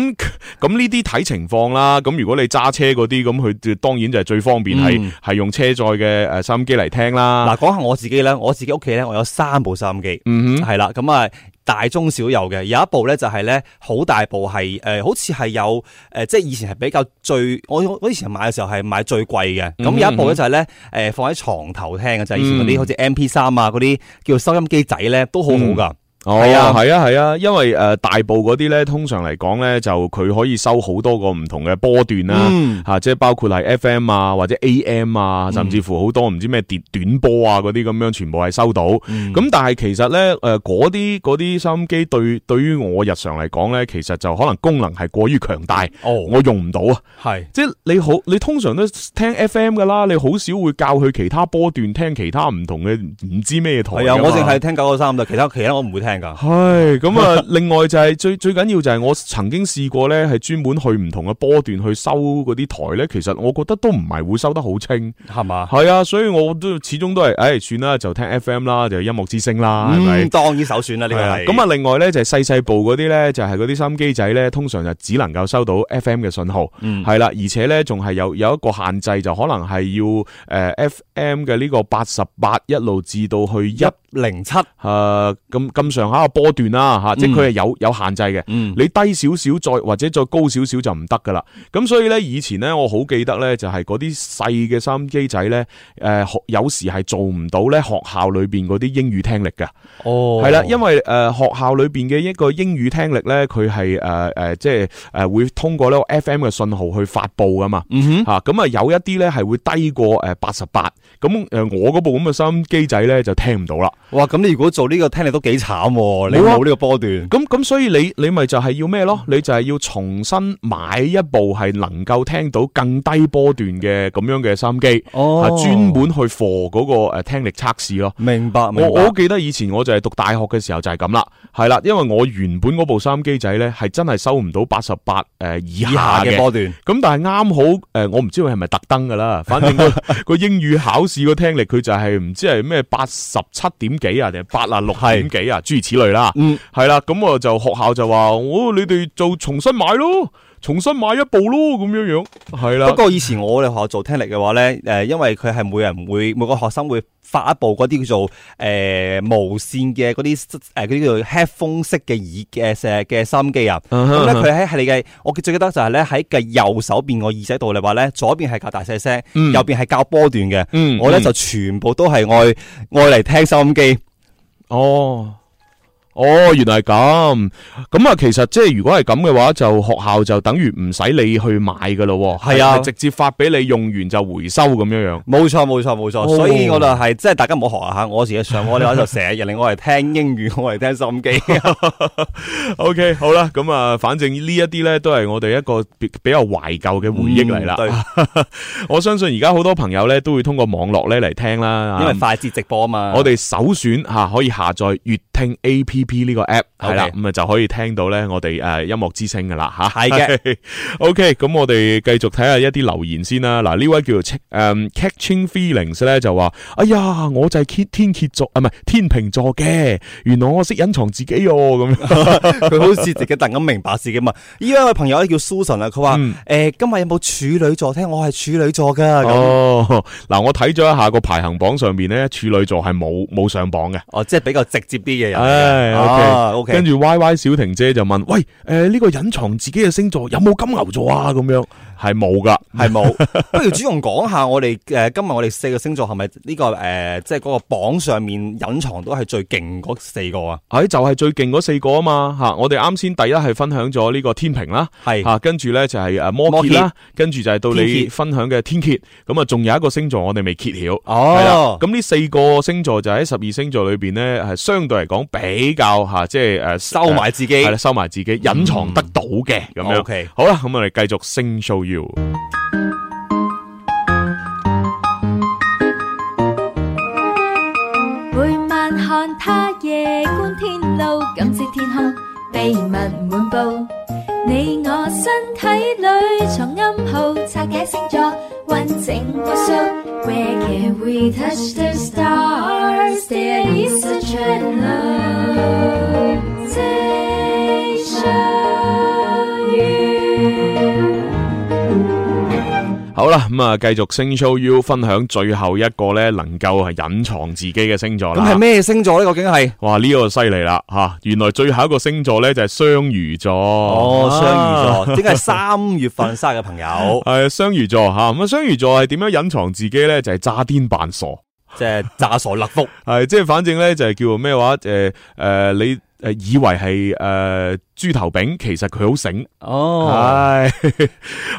B: 咁呢啲睇情況啦。咁如果你揸車嗰啲，咁佢當然就係最方便，係
C: 嗯
B: 係用車載嘅诶收音機嚟聽
C: 嗱，
B: 啦。
C: 講下我自己咧，我自己屋企咧，我有三部收音機，
B: 嗯哼，
C: 係啦，咁啊大中小有嘅，有一部咧就係咧好大部係誒、呃好似係有誒、呃即係以前係比較最，我我以前買嘅時候係買最貴嘅，
B: 嗯哼
C: 咁有一部咧就係咧誒放喺床頭聽嘅，就係、以前嗰
B: 嗯
C: 啲好似 M P 三啊嗰啲叫收音機仔咧都好好噶，
B: 哦，
C: 係啊
B: 係啊，係啊，因為诶大部嗰啲咧，通常嚟講咧，就佢可以收好多個唔同嘅波段啦。
C: 嗯
B: 吓，啊即係包括係 FM 啊，或者 AM 啊，甚至乎好多唔知咩跌短波啊嗰啲咁樣，全部係收到。咁、
C: 嗯
B: 但係其實咧，诶嗰啲嗰啲收音機對對於我日常嚟講咧，其實就可能功能係過於強大，
C: 哦，
B: 我用唔到啊。
C: 係。
B: 即係你好，你通常都聽 FM 噶啦，你好少會教佢其他波段聽其他唔同嘅唔知咩台㗎嘛。
C: 系啊，我净系听九九三就，其他其他我唔会听噶。
B: 系咁
C: [laughs]
B: 啊！另外就係最最緊要就係我曾經試過咧，係專門去唔同嘅波段去收嗰啲台咧，其實我覺得都唔係會收得好清。
C: 系嘛？
B: 係啊，所以我都始終都係，唉、算啦，就聽 FM 啦，就音樂之聲啦，係咪
C: 嗯，？当然首选啦，呢
B: 係
C: 个
B: 啊
C: 系。
B: 咁啊，另外咧就係細細部嗰啲咧，就係嗰啲心機仔咧，通常就只能夠收到 FM 嘅信號，
C: 嗯
B: 係啦，而且咧仲係有有一個限制，就可能係要诶 FM 嘅呢個八十八一路至到去一
C: 一零七，
B: 诶呃咁咁上下嘅波段啦吓，即係
C: 嗯
B: 佢係有有限制嘅。
C: 嗯，
B: 你低少少再或者再高少少就唔得噶啦，咁所以呢，以前呢，我好記得呢，就係嗰啲細嘅收音機仔呢，诶、有時係做唔到呢學校裏边嗰啲英語聽力嘅，
C: 哦，
B: 係啦、因為诶、呃、学校裏边嘅一個英語聽力呢，佢係诶诶即係诶会通過呢個 FM 嘅信號去發布噶嘛。
C: 嗯
B: 吓咁啊，有一啲呢係會低過诶八十八，咁诶我嗰部咁嘅收音機仔呢，就聽唔到啦。
C: 哼，哇，咁你如果做呢个听力都几惨喎，你
B: 冇啊
C: 冇呢个波段，
B: 咁咁，所以你你咪就係要咩咯？你就係要重新買一部係能夠聽到更低波段嘅咁樣嘅收音機，啊
C: 哦
B: 專門去 for 嗰個诶听力測試咯。
C: 明白
B: 我
C: 明
B: 我
C: 白
B: 好。記得以前我就係讀大學嘅時候就係咁啦，係啦，因為我原本嗰部收音機仔呢係真係收唔到八十八诶以
C: 以下
B: 下
C: 嘅
B: 嘅。
C: 波段，
B: 咁但係啱好誒、呃我唔知佢係咪特登㗎啦，反正
C: [laughs]
B: 個個英語考試個聽力佢就係唔知係咩八十七點幾啊，定係八啊六點幾啊，諸如此類啦。
C: 嗯
B: 係啦，咁我就學校就話：，哦，你哋就重新買咯。重新買一部咯，咁樣樣係啦
C: 不。過以前我哋學校做聽力嘅話咧，诶、因為佢係每人每每個學生會發一部嗰啲叫做诶、無線嘅嗰啲呃诶嗰啲叫做 headphone 式嘅耳嘅嘅嘅收音機啊。
B: 嗯哼
C: 咁咧
B: 嗯哼
C: 佢喺係你嘅，我最記得就係咧喺嘅右手邊個耳仔度嚟話咧，左邊係較大細聲，
B: 嗯
C: 右邊係較波段嘅。
B: 嗯
C: 我咧
B: 嗯
C: 就全部都係愛愛嚟聽收音機。
B: 哦。哦，原來係咁，咁啊，其實即係如果係咁嘅話，就學校就等於唔使你去買噶咯喎，
C: 係啊
B: 係直接發俾你，用完就回收咁樣樣。
C: 冇錯冇錯冇錯，
B: 哦
C: 所以我就係即係大家唔好學下，我自己上我哋話就成日令我嚟聽英語，我嚟聽收
B: [laughs]
C: 音機。
B: O、k 好啦，咁啊，反正呢一啲呢都係我哋一個比比較懷舊嘅回憶嚟啦。
C: 嗯對
B: 我相信而家好多朋友呢都會通過網絡呢嚟聽啦，
C: 因為
B: 啊
C: 快捷直播啊嘛。
B: 我哋首選吓、可以下載粵聽 A P P 呢個 app 係啦，
C: OK
B: 咁啊就可以聽到咧我哋呃诶音樂之聲噶啦吓。
C: 係嘅
B: [laughs] ，OK，咁我哋繼續睇下一啲留言先啦。嗱呢位叫做诶 Catching Feelings 咧就話：哎呀，我就係天天蝎座啊，唔係天秤座嘅，原來我識隱藏自己哦咁樣。
C: [laughs] 佢好似自己突然咁明白自己嘛。依家有位朋友咧叫 Susan 啊，佢話
B: 嗯
C: 诶今日有冇處女座聽？我係處女座噶。咁
B: 哦，嗱我睇咗一下個排行榜上面咧，處女座係冇冇上榜嘅。
C: 哦，即係比較直接啲嘅人嚟嘅。
B: 唉
C: 啊
B: ，OK，
C: ，OK
B: 跟住 Y Y 小婷姐就問：喂，诶呢個隱藏自己嘅星座有冇金牛座啊？咁樣係冇噶。
C: 係冇， [laughs] 不如主動講下我哋诶，今日我哋四個星座係咪呢個诶，即係嗰個榜上面隱藏都係最勁嗰四個啊？
B: 喺就係最勁嗰四個啊嘛吓，我哋啱先第一係分享咗呢個天平啦，
C: 係
B: 吓跟住咧就係诶摩羯啦，跟住就係到
C: 天
B: 你
C: 蠍
B: 分享嘅天蝎，咁啊仲有一個星座我哋未揭曉，係啦
C: 哦，
B: 咁呢四個星座就喺十二星座裏边咧係相對嚟講比較吓，即係诶
C: 收埋自己嗯
B: 系。啦，收埋自己，隱藏得到嘅咁樣。
C: OK
B: 好啦，咁我哋繼續星 show you。
D: 每晚看他夜觀天路，感知天空秘密滿布。你我身體裏藏暗號，拆解星座運整個 show。Where can we touch the stars? There is a translation.
B: 好啦，咁啊，繼續星 show you 分享最後一個咧，能夠係隱藏自己嘅星座啦。
C: 咁係咩星座呢？究竟係？
B: 哇！呢、個犀利啦吓，原來最後一個星座咧就係雙魚座。[laughs]
C: 哦，
B: 啊。，
C: 雙魚座，即係三月份生日嘅朋友
B: [laughs] 系雙魚座吓，咁啊雙魚座係點樣隱藏自己咧？就係詐癲扮傻，
C: 即係詐傻勒福，
B: 係即係反正咧就係叫做咩話？诶、诶、你诶以為係诶豬頭餅，其實佢好醒。
C: 哦，
B: 唉，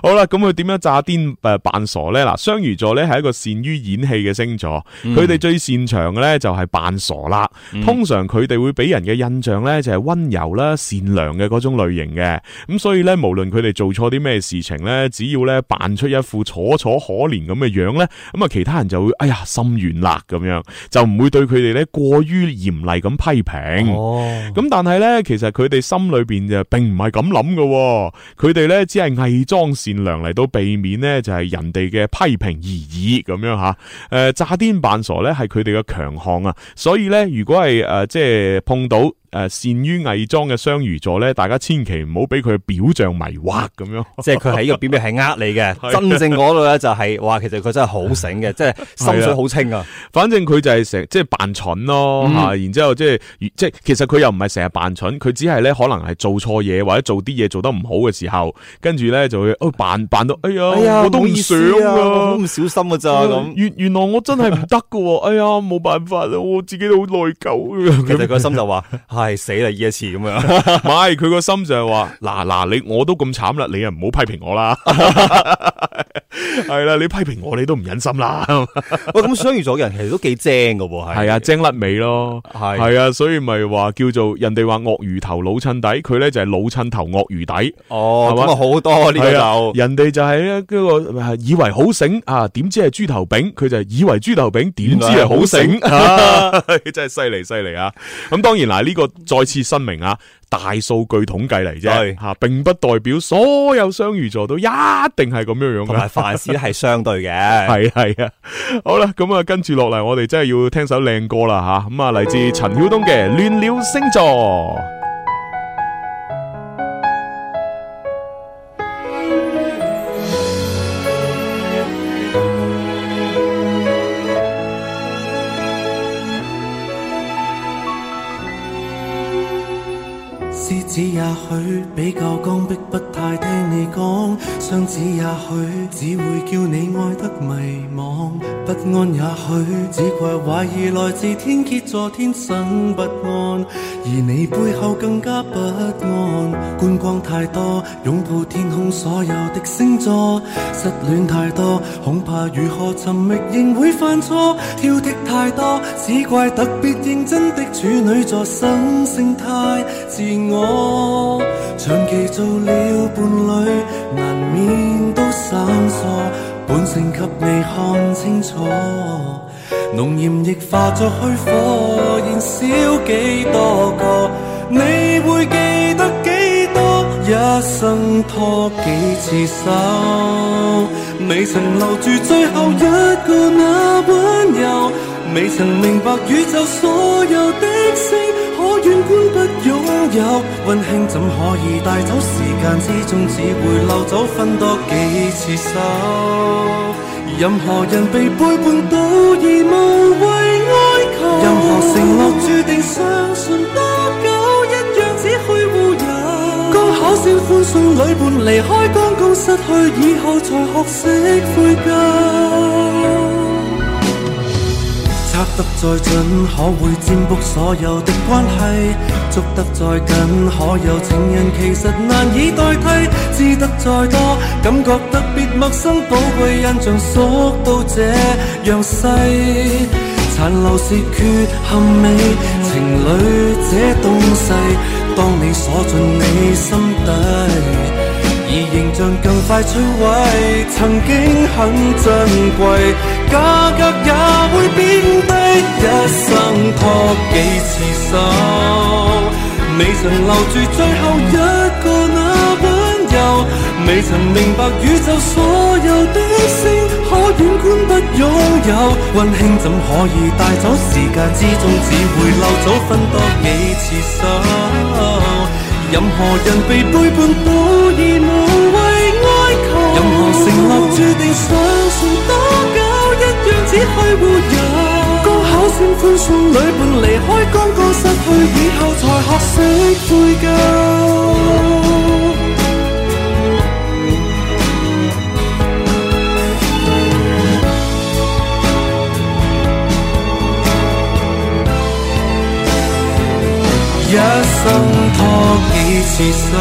B: 好啦，咁佢點樣詐癲诶呃扮傻咧？嗱，雙魚座咧係一個善於演戲嘅星座，佢哋、最擅長嘅咧就係扮傻啦。通常佢哋會俾人嘅印象咧就係温柔啦、善良嘅嗰種類型嘅。咁所以咧，無論佢哋做錯啲咩事情咧，只要咧扮出一副楚楚可憐咁嘅樣咧，咁啊其他人就會哎呀心軟啦咁樣，就唔會對佢哋咧過於嚴厲咁批評。
C: 哦，
B: 咁但係咧，其實佢哋心裏边就並唔係咁諗嘅，佢哋咧只係偽裝善良嚟到避免呢就係人哋嘅批評而已咁樣吓。诶、詐癲扮傻咧係佢哋嘅強項啊，所以咧如果係诶、呃即係碰到。诶、善於偽裝嘅雙魚座咧，大家千祈唔好俾佢表象迷惑咁樣。
C: 即係佢喺呢個表面係呃你
B: [laughs] 係
C: 嘅，真正嗰度咧就係哇，其實佢真係好醒嘅，
B: [laughs]
C: 即係心水好清啊，
B: 反正佢就係成即係扮蠢咯
C: 嗯
B: 吓，然之后即係即係其實佢又唔係成日扮蠢，佢只係咧可能係做錯嘢或者做啲嘢做得唔好嘅時候，跟住咧就會哦扮扮到哎呀，我都
C: 唔好
B: 唔
C: 意
B: 想
C: 思啊，我
B: 啊
C: 都。唔小心噶咋
B: 嗯
C: 咁。
B: 原原來我真係唔得噶，哎呀冇辦法啦，我自己都好內疚。 [laughs]
C: 其實佢心就話：， [laughs] 唉，死啦！呢一次咁樣，
B: 唔係佢個心就係話嗱嗱你我都咁慘啦，你又唔好批評我 [laughs] 啦。係啦，你批評我你都唔忍心啦。
C: 喂，咁雙魚座嘅人其實都幾精噶喎，係
B: 係啊，精甩尾咯。
C: 係
B: 系啊，所以咪话叫做人哋话鳄鱼头老衬底，佢咧就系老衬头鳄鱼底。
C: 哦，
B: 係嘛
C: 咁啊好多呢個
B: 係啊
C: 就，
B: 人哋就係咧嗰個以為好醒啊，點知係豬頭炳，佢就係以為豬頭炳，點知係好醒，啊 [laughs] 真係犀利犀利啊！咁當然嗱，呢個再次申明啊，大數據統計嚟
C: 對
B: 啫，吓並不代表所有雙魚座都一定係咁樣樣
C: 同
B: 噶
C: 埋。凡事咧係相對嘅，
B: [laughs] 系系啊，好啦，咁啊，跟住落嚟，我哋真係要聽首靚歌啦吓，咁啊，嚟自陳曉東嘅《亂了星座》。
E: 子也許比較剛，迫不太聽你講。雙子也許只會叫你愛得迷惘，不安也許只怪懷疑來自天蝎座天生不安，而你背後更加不安。觀光太多，擁抱天空所有的星座，失戀太多，恐怕如何尋覓仍會犯錯，挑剔太多，只怪特別認真的處女座生性太自我，長期做了伴侶，難免都生疏，本性給你看清楚，濃豔亦化作虛火，燃燒幾多個，你會記得幾多？一生拖幾次手，未曾留住最後一個那溫柔，未曾明白宇宙所有的星可遠觀不擁有，溫馨怎可以帶走？時間之中只會溜走，分多幾次手。任何人被背叛到而無謂哀求，任何承諾注定相信多久，一樣只去護有。剛考笑歡送旅伴離開，剛剛失去以後才學識悔疚。拆得再準，可會占卜所有的關係；捉得再緊，可有情人其實難以代替。知得再多，感覺特別陌生，寶貴印象縮到這樣細。殘留是缺陷美，情侶這東西，當你鎖進你心底，而形象更快摧毀。曾經很珍貴，價格也會變低。一生拖幾次手，未曾留住最後一個那溫柔，未曾明白宇宙所有的星。可遠觀不擁有，溫馨怎可以帶走？時間之中只會溜走，分多幾次手。任何人被背叛到而無謂哀求，任何承諾注定相信多久，一樣只去護有。高考先歡送旅伴離開，剛剛失去以後才學識悔疚。一生拖幾次手，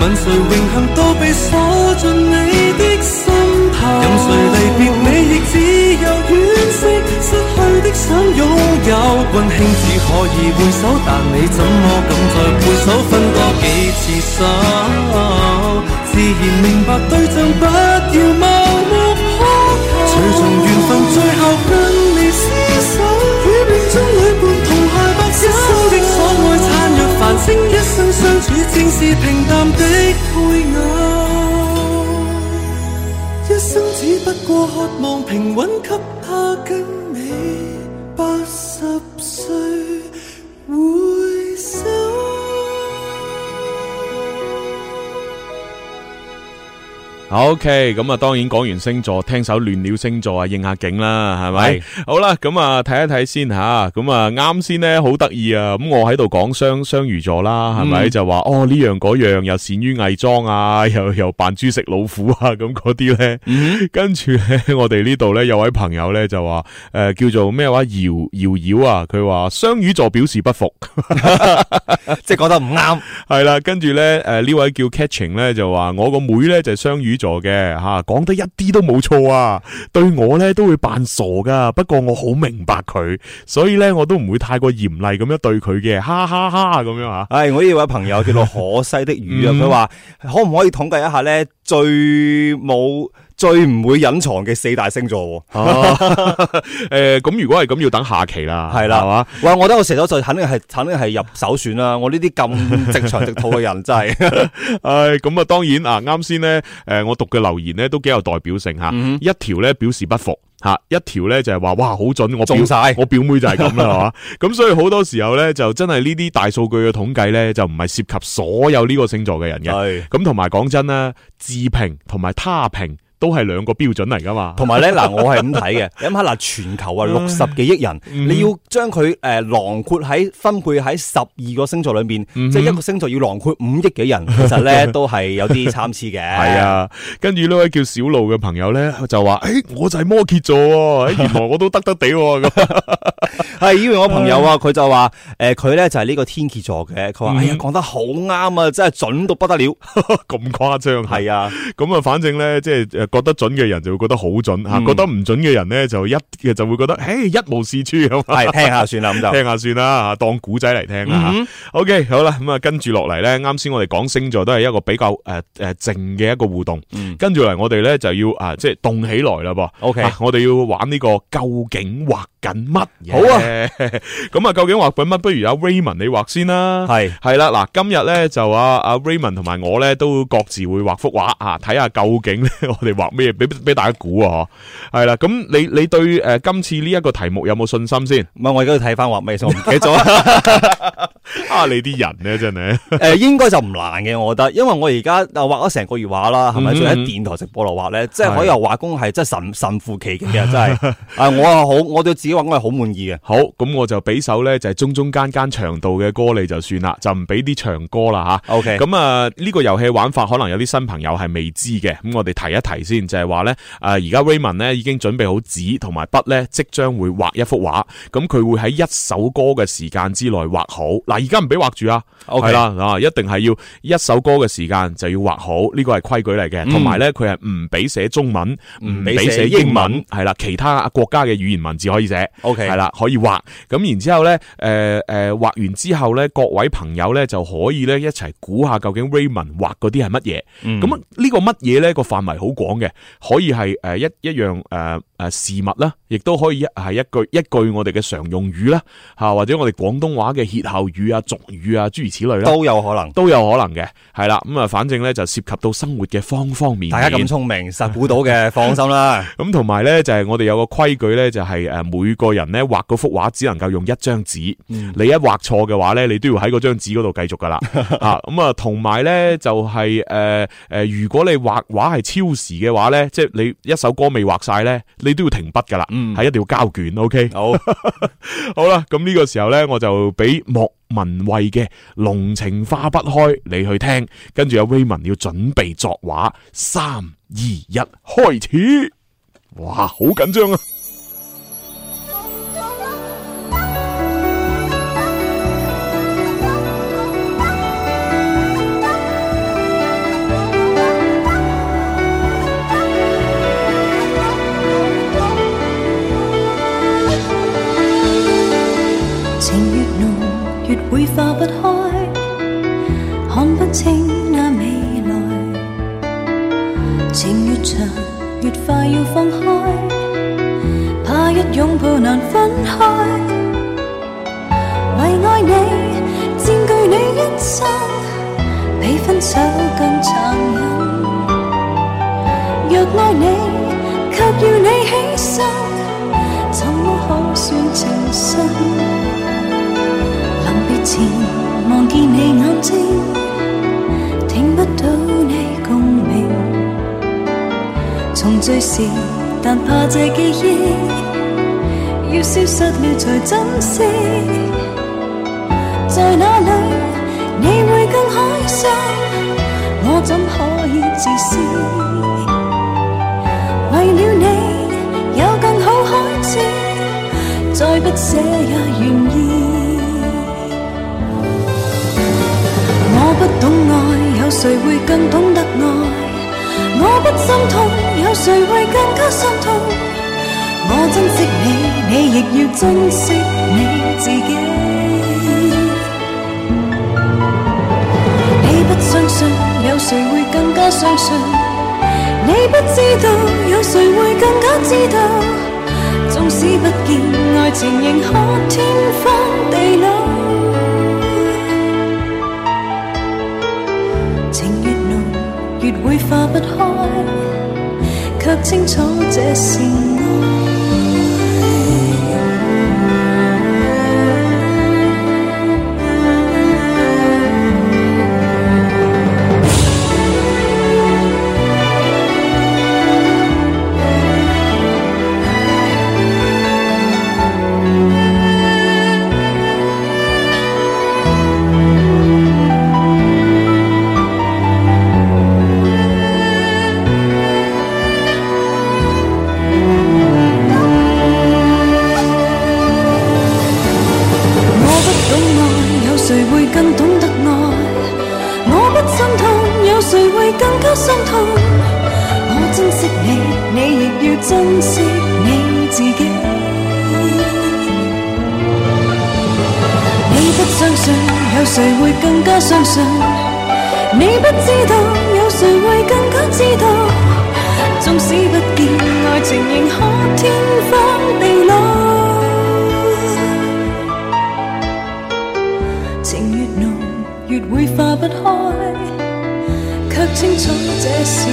E: 問誰榮幸都被鎖進你的心頭。任誰離別你，亦只有惋惜，失去的想擁有，溫馨只可以回首，但你怎麼敢再回首？分多幾次手，自然明白對象不要盲目苛求，隨從緣分，最後跟你厮守，與命中旅伴同偕白首。一生的所愛，孱弱繁星，一生相處，正是平淡的配偶。一生只不過渴望平穩，給他跟你八十歲回首。
B: OK，咁啊，當然講完星座，聽首亂了星座啊，應下景啦，係咪
C: 係？
B: 好啦，咁啊，睇一睇先吓，咁啊，啱先咧好得意啊，咁我喺度講雙雙魚座啦，係咪？就話哦呢樣嗰樣，又善於偽裝啊， [laughs] 又又扮豬食老虎啊，咁嗰啲咧，跟住咧，我哋呢 [laughs] 度咧有位朋友咧就話，誒叫做咩話瑤瑤瑤啊，佢話雙魚座表示不服。
C: 即系讲得唔啱，
B: 系啦，跟住咧，诶呢位叫 Catching 咧就话我个妹咧就系双鱼座嘅吓，讲得一啲都冇错啊，對我咧都會扮傻噶，不過我好明白佢，所以咧我都唔會太過嚴厲咁樣對佢嘅，哈哈哈咁樣啊吓。
C: 唉，我呢位朋友叫做可惜的魚啊，
B: 嗯
C: 佢話可唔可以統計一下咧最冇最唔會隱藏嘅四大星座喎？
B: 啊 [laughs] 诶，咁如果係咁，要等下期啦，
C: 係啦
B: 係嘛，
C: 哇！我覺得我射手座肯定係肯定係入首選啦。我呢啲
B: [laughs]
C: 咁直腸直肚嘅人真係
B: 唉，咁啊，當然啊，啱先咧，诶，我讀嘅留言咧都幾有代表性
C: 嗯
B: 吓，一條咧表示不服。吓一條咧就係話哇好準，我表
C: 中晒
B: [laughs] 我表妹就係咁啦，係嘛？咁所以好多時候咧，就真係呢啲大數據嘅統計咧，就唔係涉及所有呢個星座嘅人嘅。
C: 係
B: 啊咁同埋講真啦，自評同埋他評都係兩個標準嚟噶嘛。
C: 同埋咧，嗱，我係咁睇嘅， [laughs] 你諗下嗱，全球
B: 嗯
C: 啊六十幾億人，你要將佢诶囊括喺分配喺十二個星座裏面，
B: 嗯
C: 即係一個星座要囊括五億幾人，其實咧
B: [laughs]
C: 都係有啲參差嘅。系
B: 係，啊，跟住呢位叫小路嘅朋友咧就話：，诶、我就係摩羯座喎，誒原來我都得得地喎咁。 [laughs]
C: 係因為我朋友啊，
B: 嗯
C: 佢就話诶佢咧就係呢個天蝎座嘅，佢話哎呀講得好啱啊，真係準到不
B: [laughs]
C: 得了。
B: 咁誇張啊
C: 係啊，
B: 咁啊，反正咧，即係诶觉得準嘅人就會覺得好準
C: 嗯
B: 吓，觉得唔準嘅人咧就一 [laughs] 就會覺得，诶一無是處咁啊。
C: [laughs] 係聽下算啦，
B: [laughs]
C: 咁就
B: 聽下算啦，當古仔嚟聽
C: 嗯
B: 啦。OK，好啦，咁啊，跟住落嚟咧，啱先我哋講星座都係一個比較诶诶靜嘅一個互動。跟住嚟，我哋咧就要啊，即係動起來啦噃。
C: 嗯 OK
B: 啊我哋要玩呢個究竟畫緊乜嘢？
C: 好啊，
B: [laughs] 咁啊，究竟畫緊乜？不如阿 Raymond 你畫先啦。
C: 係
B: 系啦，嗱，今日咧就阿阿 Raymond 同埋我咧都各自會畫幅畫啊，睇下究竟咧 [laughs] 我哋畫咩，俾俾大家估啊，嗬係啦，咁你你对诶今次呢一個題目有冇信心先？
C: 唔係我而家要睇翻畫
B: [laughs]
C: 咩先，我唔記得咗。
B: 啊，你啲人咧真係，
C: 诶，應該就唔難嘅，我覺得，因為我而家啊畫咗成個月畫啦，係咪？
B: 嗯
C: 仲喺電台直播度畫咧，即係
B: 係
C: 可以話畫工係真係神神乎其技嘅，
B: [laughs]
C: 真係。啊，我啊好，我對自己畫工係好滿意嘅。
B: 好，咁我就俾首咧就係中中間間長度嘅歌你就算啦，就唔俾啲長歌啦吓。
C: O K，
B: 咁啊，呢個遊戲玩法可能有啲新朋友係未知嘅，咁我哋提一提先，就係話呢，诶而家 Raymond 呢已經準備好紙同埋筆呢，即將會畫一幅畫，咁佢會喺一首歌嘅時間之內畫好。嗱，而家唔俾畫住啊，
C: OK
B: 係啦，啊，一定係要一首歌嘅時間就要畫好，呢個係規矩嚟嘅，同埋呢，佢係唔俾寫中文，唔俾寫英文，係啦，其他國家嘅語言文字可以寫。
C: OK
B: 系啦，可以畫。咁然之后咧，诶、诶，画、完之後咧，各位朋友咧就可以咧一齊估下究竟 Raymond 畫嗰啲係乜嘢。
C: 嗯
B: 咁啊呢個乜嘢咧個範圍好廣嘅，可以係诶一一樣诶诶事物啦，亦都可以係一句一句我哋嘅常用語啦，吓或者我哋廣東話嘅歇後語啊、俗語啊諸如此類啦，
C: 都有可能。
B: 都有可能嘅。係啦，咁啊，反正咧就涉及到生活嘅方方面面。
C: 大家咁聰明，實估到嘅，放心
B: [laughs]
C: 啦。
B: 咁同埋咧，就係我哋有個規矩咧，就係诶每個人咧畫嗰幅畫只能夠用一張紙，你一畫錯嘅話咧，你都要喺嗰張紙嗰度繼續噶啦。啊，咁啊，同埋咧就係诶诶，如果你畫畫係超時嘅話咧，即係你一首歌未畫晒咧，你都要停筆噶啦，係一定要交卷。OK，
C: 好，
B: 好啦，咁呢個時候咧，我就俾莫文蔚嘅《濃情化不開》你去聽，跟住阿 Raymond 要準備作畫，三二一，開始。哇，好緊張啊！
F: 情越濃越會化不開，看不清那未來。情越長越快要放開，怕一擁抱難分開。為愛你佔據你一生，比分手更殘忍。若愛你，卻要你犧牲，怎麼可算情深？臨別前望見你眼睛，聽不到你共鳴。重聚時，但怕這記憶要消失了才珍惜。在哪裏你會更開心？我怎可以自私？為了你有更好開始，再不捨也願意。我不懂愛，有誰會更懂得愛？我不心痛，有誰會更加心痛？我珍惜你，你亦要珍惜你自己。你不相信，有誰會更加相信？你不知道，有誰會更加知道？縱使不見，愛情仍可天荒地老。情越濃越會化不開，卻清楚這是愛。
D: Hãy subscribe cho kênh Ghiền Mì Gõ Để không bỏ lỡ
F: 谁会更加相信？你不知道，有谁会更加知道？纵使不见，爱情仍可天荒地老。情越浓，越会化不开，却清楚这是爱。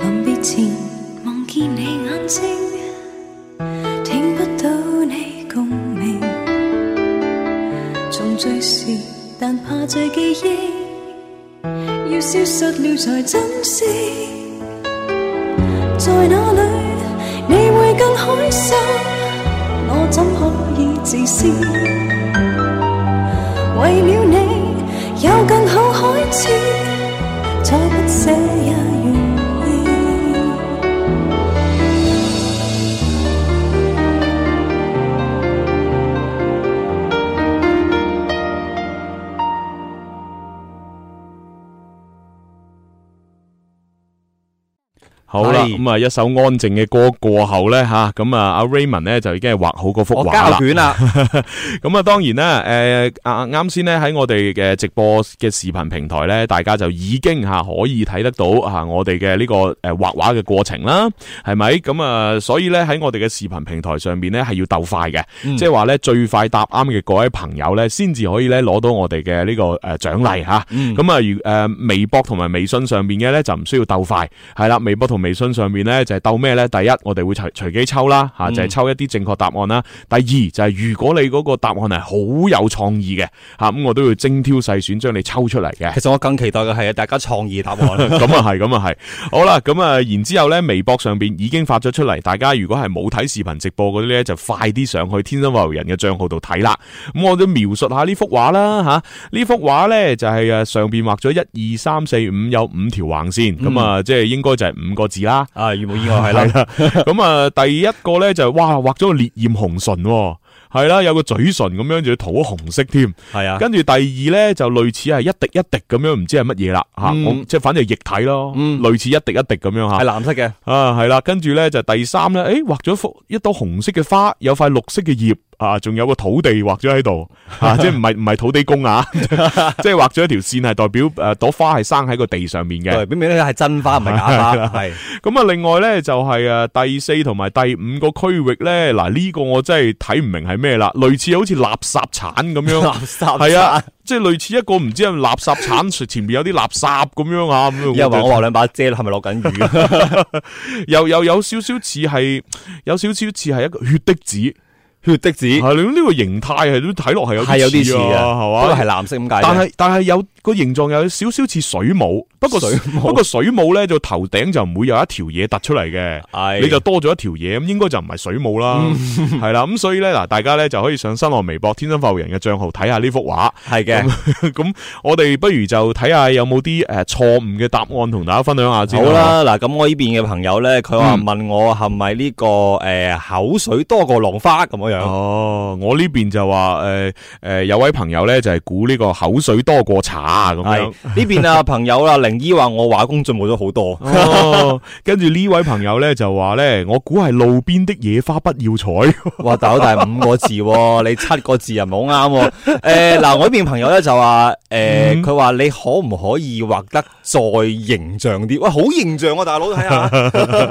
F: 临别前望见你眼睛，听不到你共鸣。重聚时，但怕再记忆，要消失了才珍惜。在哪里你会更开心？我怎可以自私？为了你有更好开始，再不舍也愿意。
B: 好啦，
C: 係
B: 咁啊一首安靜嘅歌過後咧吓，咁啊阿 Raymond 咧就已經係畫好嗰幅
C: 我
B: 畫
C: 交
B: 啦。
C: 卷啦，
B: [laughs] 咁啊，當然啦，诶、啊啱先咧喺我哋嘅直播嘅視頻平台咧，大家就已經吓可以睇得到吓我哋嘅呢個诶畫畫嘅過程啦，係咪？咁啊，所以咧喺我哋嘅視頻平台上面咧係要鬥快嘅，即係話咧最快答啱嘅嗰位朋友咧，先至可以咧攞到我哋嘅呢個诶奖励吓。咁啊，如诶微博同埋微信上面嘅咧就唔需要鬥快，係啦，微博同微信上面咧就係鬥咩咧？第一，我哋會隨隨機抽啦吓，就係抽一啲正確答案啦。第二就係如果你嗰個答案係好有創意嘅吓，咁我都要精挑細選將你抽出嚟嘅
C: 其。實我更期待嘅係大家創意答案。
B: [laughs] 咁啊係，咁啊係。好啦，咁啊，然之後咧，微博上邊已經發咗出嚟，大家如果係冇睇視頻直播嗰啲咧，就快啲上去天生發育人嘅帳號度睇啦。咁我都描述下呢幅畫啦吓，呢幅畫咧就係誒上邊畫咗一二三四五有五條橫線，咁啊即係應該就係五個字啦。
C: 啊，如無意外嗯係
B: 係
C: 啦，
B: 啦，咁啊，第一個咧就係哇，畫咗個烈焰紅唇喎，係啦，有個嘴唇咁樣，仲要塗咗紅色添。
C: 係啊，
B: 跟住第二咧就類似係一滴一滴咁樣，唔知係乜嘢啦吓，
C: 嗯
B: 我即係反正係液體咯，類似一滴一滴咁樣吓。
C: 係藍色嘅，
B: 啊，係啦，跟住咧就第三咧，诶，畫咗幅一朵紅色嘅花，有塊綠色嘅葉。啊，仲有個土地畫咗喺度，
C: [laughs]
B: 啊，即係唔係唔係土地公啊， [laughs] 即係畫咗一條線係代表诶朵花係生喺個地上面嘅。
C: 對，表面咧係真花唔係假花，係
B: 咁啊，另外咧就係诶第四同埋第五個區域咧，嗱呢個我真係睇唔明係咩啦，類似好似垃圾鏟咁
C: [laughs]
B: 樣，
C: 垃
B: [laughs]
C: 圾
B: 係啊，即係類似一個唔知係垃圾鏟前面有啲垃圾咁樣啊，咁樣
C: 又話
B: 就
C: 我話兩把遮係咪落緊雨？
B: 又又有少少似係有少少似係一個血滴子，
C: 血滴子
B: 係你呢個形態係都睇落係有
C: 係有啲似
B: 啊，
C: 啊，不過
B: 係
C: 係
B: 嘛？
C: 藍色咁解啫。
B: 但係但係有個形狀有少少似水母，不過
C: [laughs] 水母
B: [laughs] 不過水母咧就頭頂就唔會有一條嘢突出嚟嘅。
C: 係嗯
B: 你就多咗一條嘢，咁應該就唔係水母啦，係啦，咁所以咧嗱，大家咧就可以上新浪微博天生發育人嘅帳號睇下呢幅畫。
C: 係嘅。
B: [laughs] 咁我哋不如就睇下有冇啲誒錯誤嘅答案同大家分享下先。
C: 好，啦，嗱，咁我呢邊嘅朋友咧，佢話問我係咪呢個诶口水多過浪花咁樣
B: Ờ,
C: 樣，
B: 哦，我呢邊就話誒誒有位朋友咧就係估呢個口水多過茶咁
C: 係
B: 樣。
C: 呢邊啊朋友啦，靈姨話我畫工進步咗好多，
B: [laughs] 哦，跟住呢位朋友咧就話咧，我估係路邊的野花不要採。 [laughs]
C: 哇大佬，但係五個字喎，你七個字又啊唔好啱喎，诶嗱，我呢邊朋友咧就話诶，
B: 嗯
C: 佢話你可唔可以畫得再形象啲？哇，好形象啊，大佬睇
B: [laughs]
C: 下，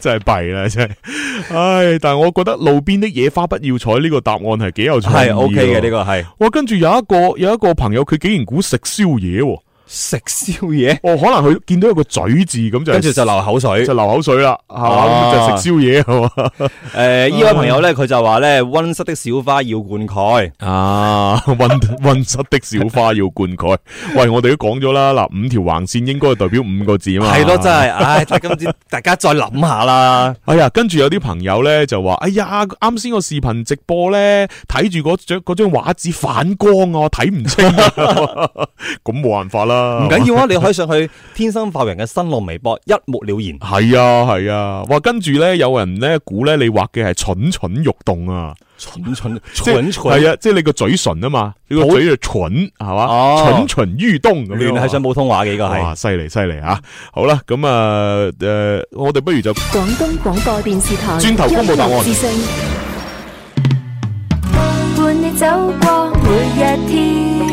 B: 真係弊啦，真係。唉，但係我覺得路邊的野花不要採呢個答案係幾有創意
C: 係
B: 喎。
C: OK 嘅呢個係
B: 哇，跟住有一個有一個朋友，佢竟然估食宵夜喎。
C: 食宵夜，
B: 哦，可能佢見到有個嘴字咁就係
C: 跟住就流口水
B: 就。流口水啦，係嘛？
C: 啊
B: 咁就食宵夜係嘛？
C: 诶，呢位朋
B: 嗯
C: 友咧，佢就話咧温室的小花要灌溉。
B: 啊， [laughs] 温温室的小花要灌溉。喂，我哋都講咗啦，嗱，五條橫線應該係代表五個字啊嘛。
C: 系咯，真系，唉，大家唔知大家再諗下啦。
B: 哎呀，跟住有啲朋友咧就話：哎呀，啱先個視頻直播咧， [laughs] 睇住嗰張嗰張畫紙反光啊，我睇唔清啊。咁冇辦法啦，啦，
C: 唔緊要啊，你可以上去天生快活人嘅新浪微博，一目了然。
B: 系啊系啊，哇！跟住咧，有人咧估咧，你畫嘅係蠢蠢欲動啊，
C: 蠢蠢
B: 即係
C: 蠢
B: 系
C: 蠢，
B: 啊，即係你個嘴唇啊嘛，你個
C: 好
B: 嘴就蠢係嘛，
C: 哦
B: 蠢蠢欲動咁
C: 亂
B: 樣啊
C: 係上普通話嘅呢個係
B: 哇，。犀利犀利啊！好啦，咁啊诶，誒我哋不如就
G: 广东广播电视台
B: 轉頭公佈答案
G: 音樂之聲
D: 伴你走過每一天，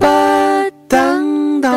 H: 不等待。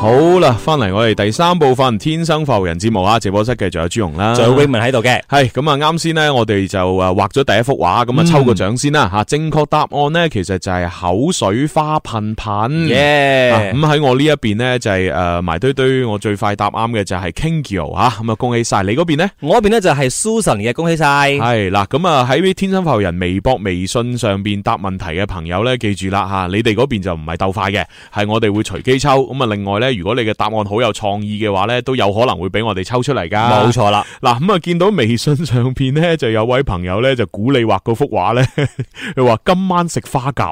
B: 好啦，翻嚟我哋第三部分《天生浮人》節目啊，直播室繼續有朱容啦，
C: 仲有 Raymond 喺度嘅，
B: 系咁啊！啱先呢，我哋就诶画咗第一幅畫，咁啊
C: 嗯
B: 抽個獎先啦吓。正確答案呢，其實就係口水花噴
C: 嗯
B: 噴。啊
C: 耶
B: 咁！喺我呢一邊呢，就係诶埋堆堆，我最快答啱嘅就係 Kingio 吓，咁啊恭喜晒你嗰邊呢？
C: 我嗰邊咧就係 Susan 嘅，恭喜晒！
B: 係嗱，咁啊喺天生浮人微博、微信上边答問題嘅朋友呢，記住啦吓，你哋嗰邊就唔係鬥快嘅，係我哋會隨機抽。咁啊，另外呢，如果你嘅答案好有創意嘅話呢，都有可能會俾我哋抽出嚟噶。
C: 冇錯啦，
B: 嗱咁啊，見到微信上邊咧，就有位朋友咧就估你畫嗰幅畫咧， [laughs] 佢話今晚食花
C: [laughs]
B: 甲，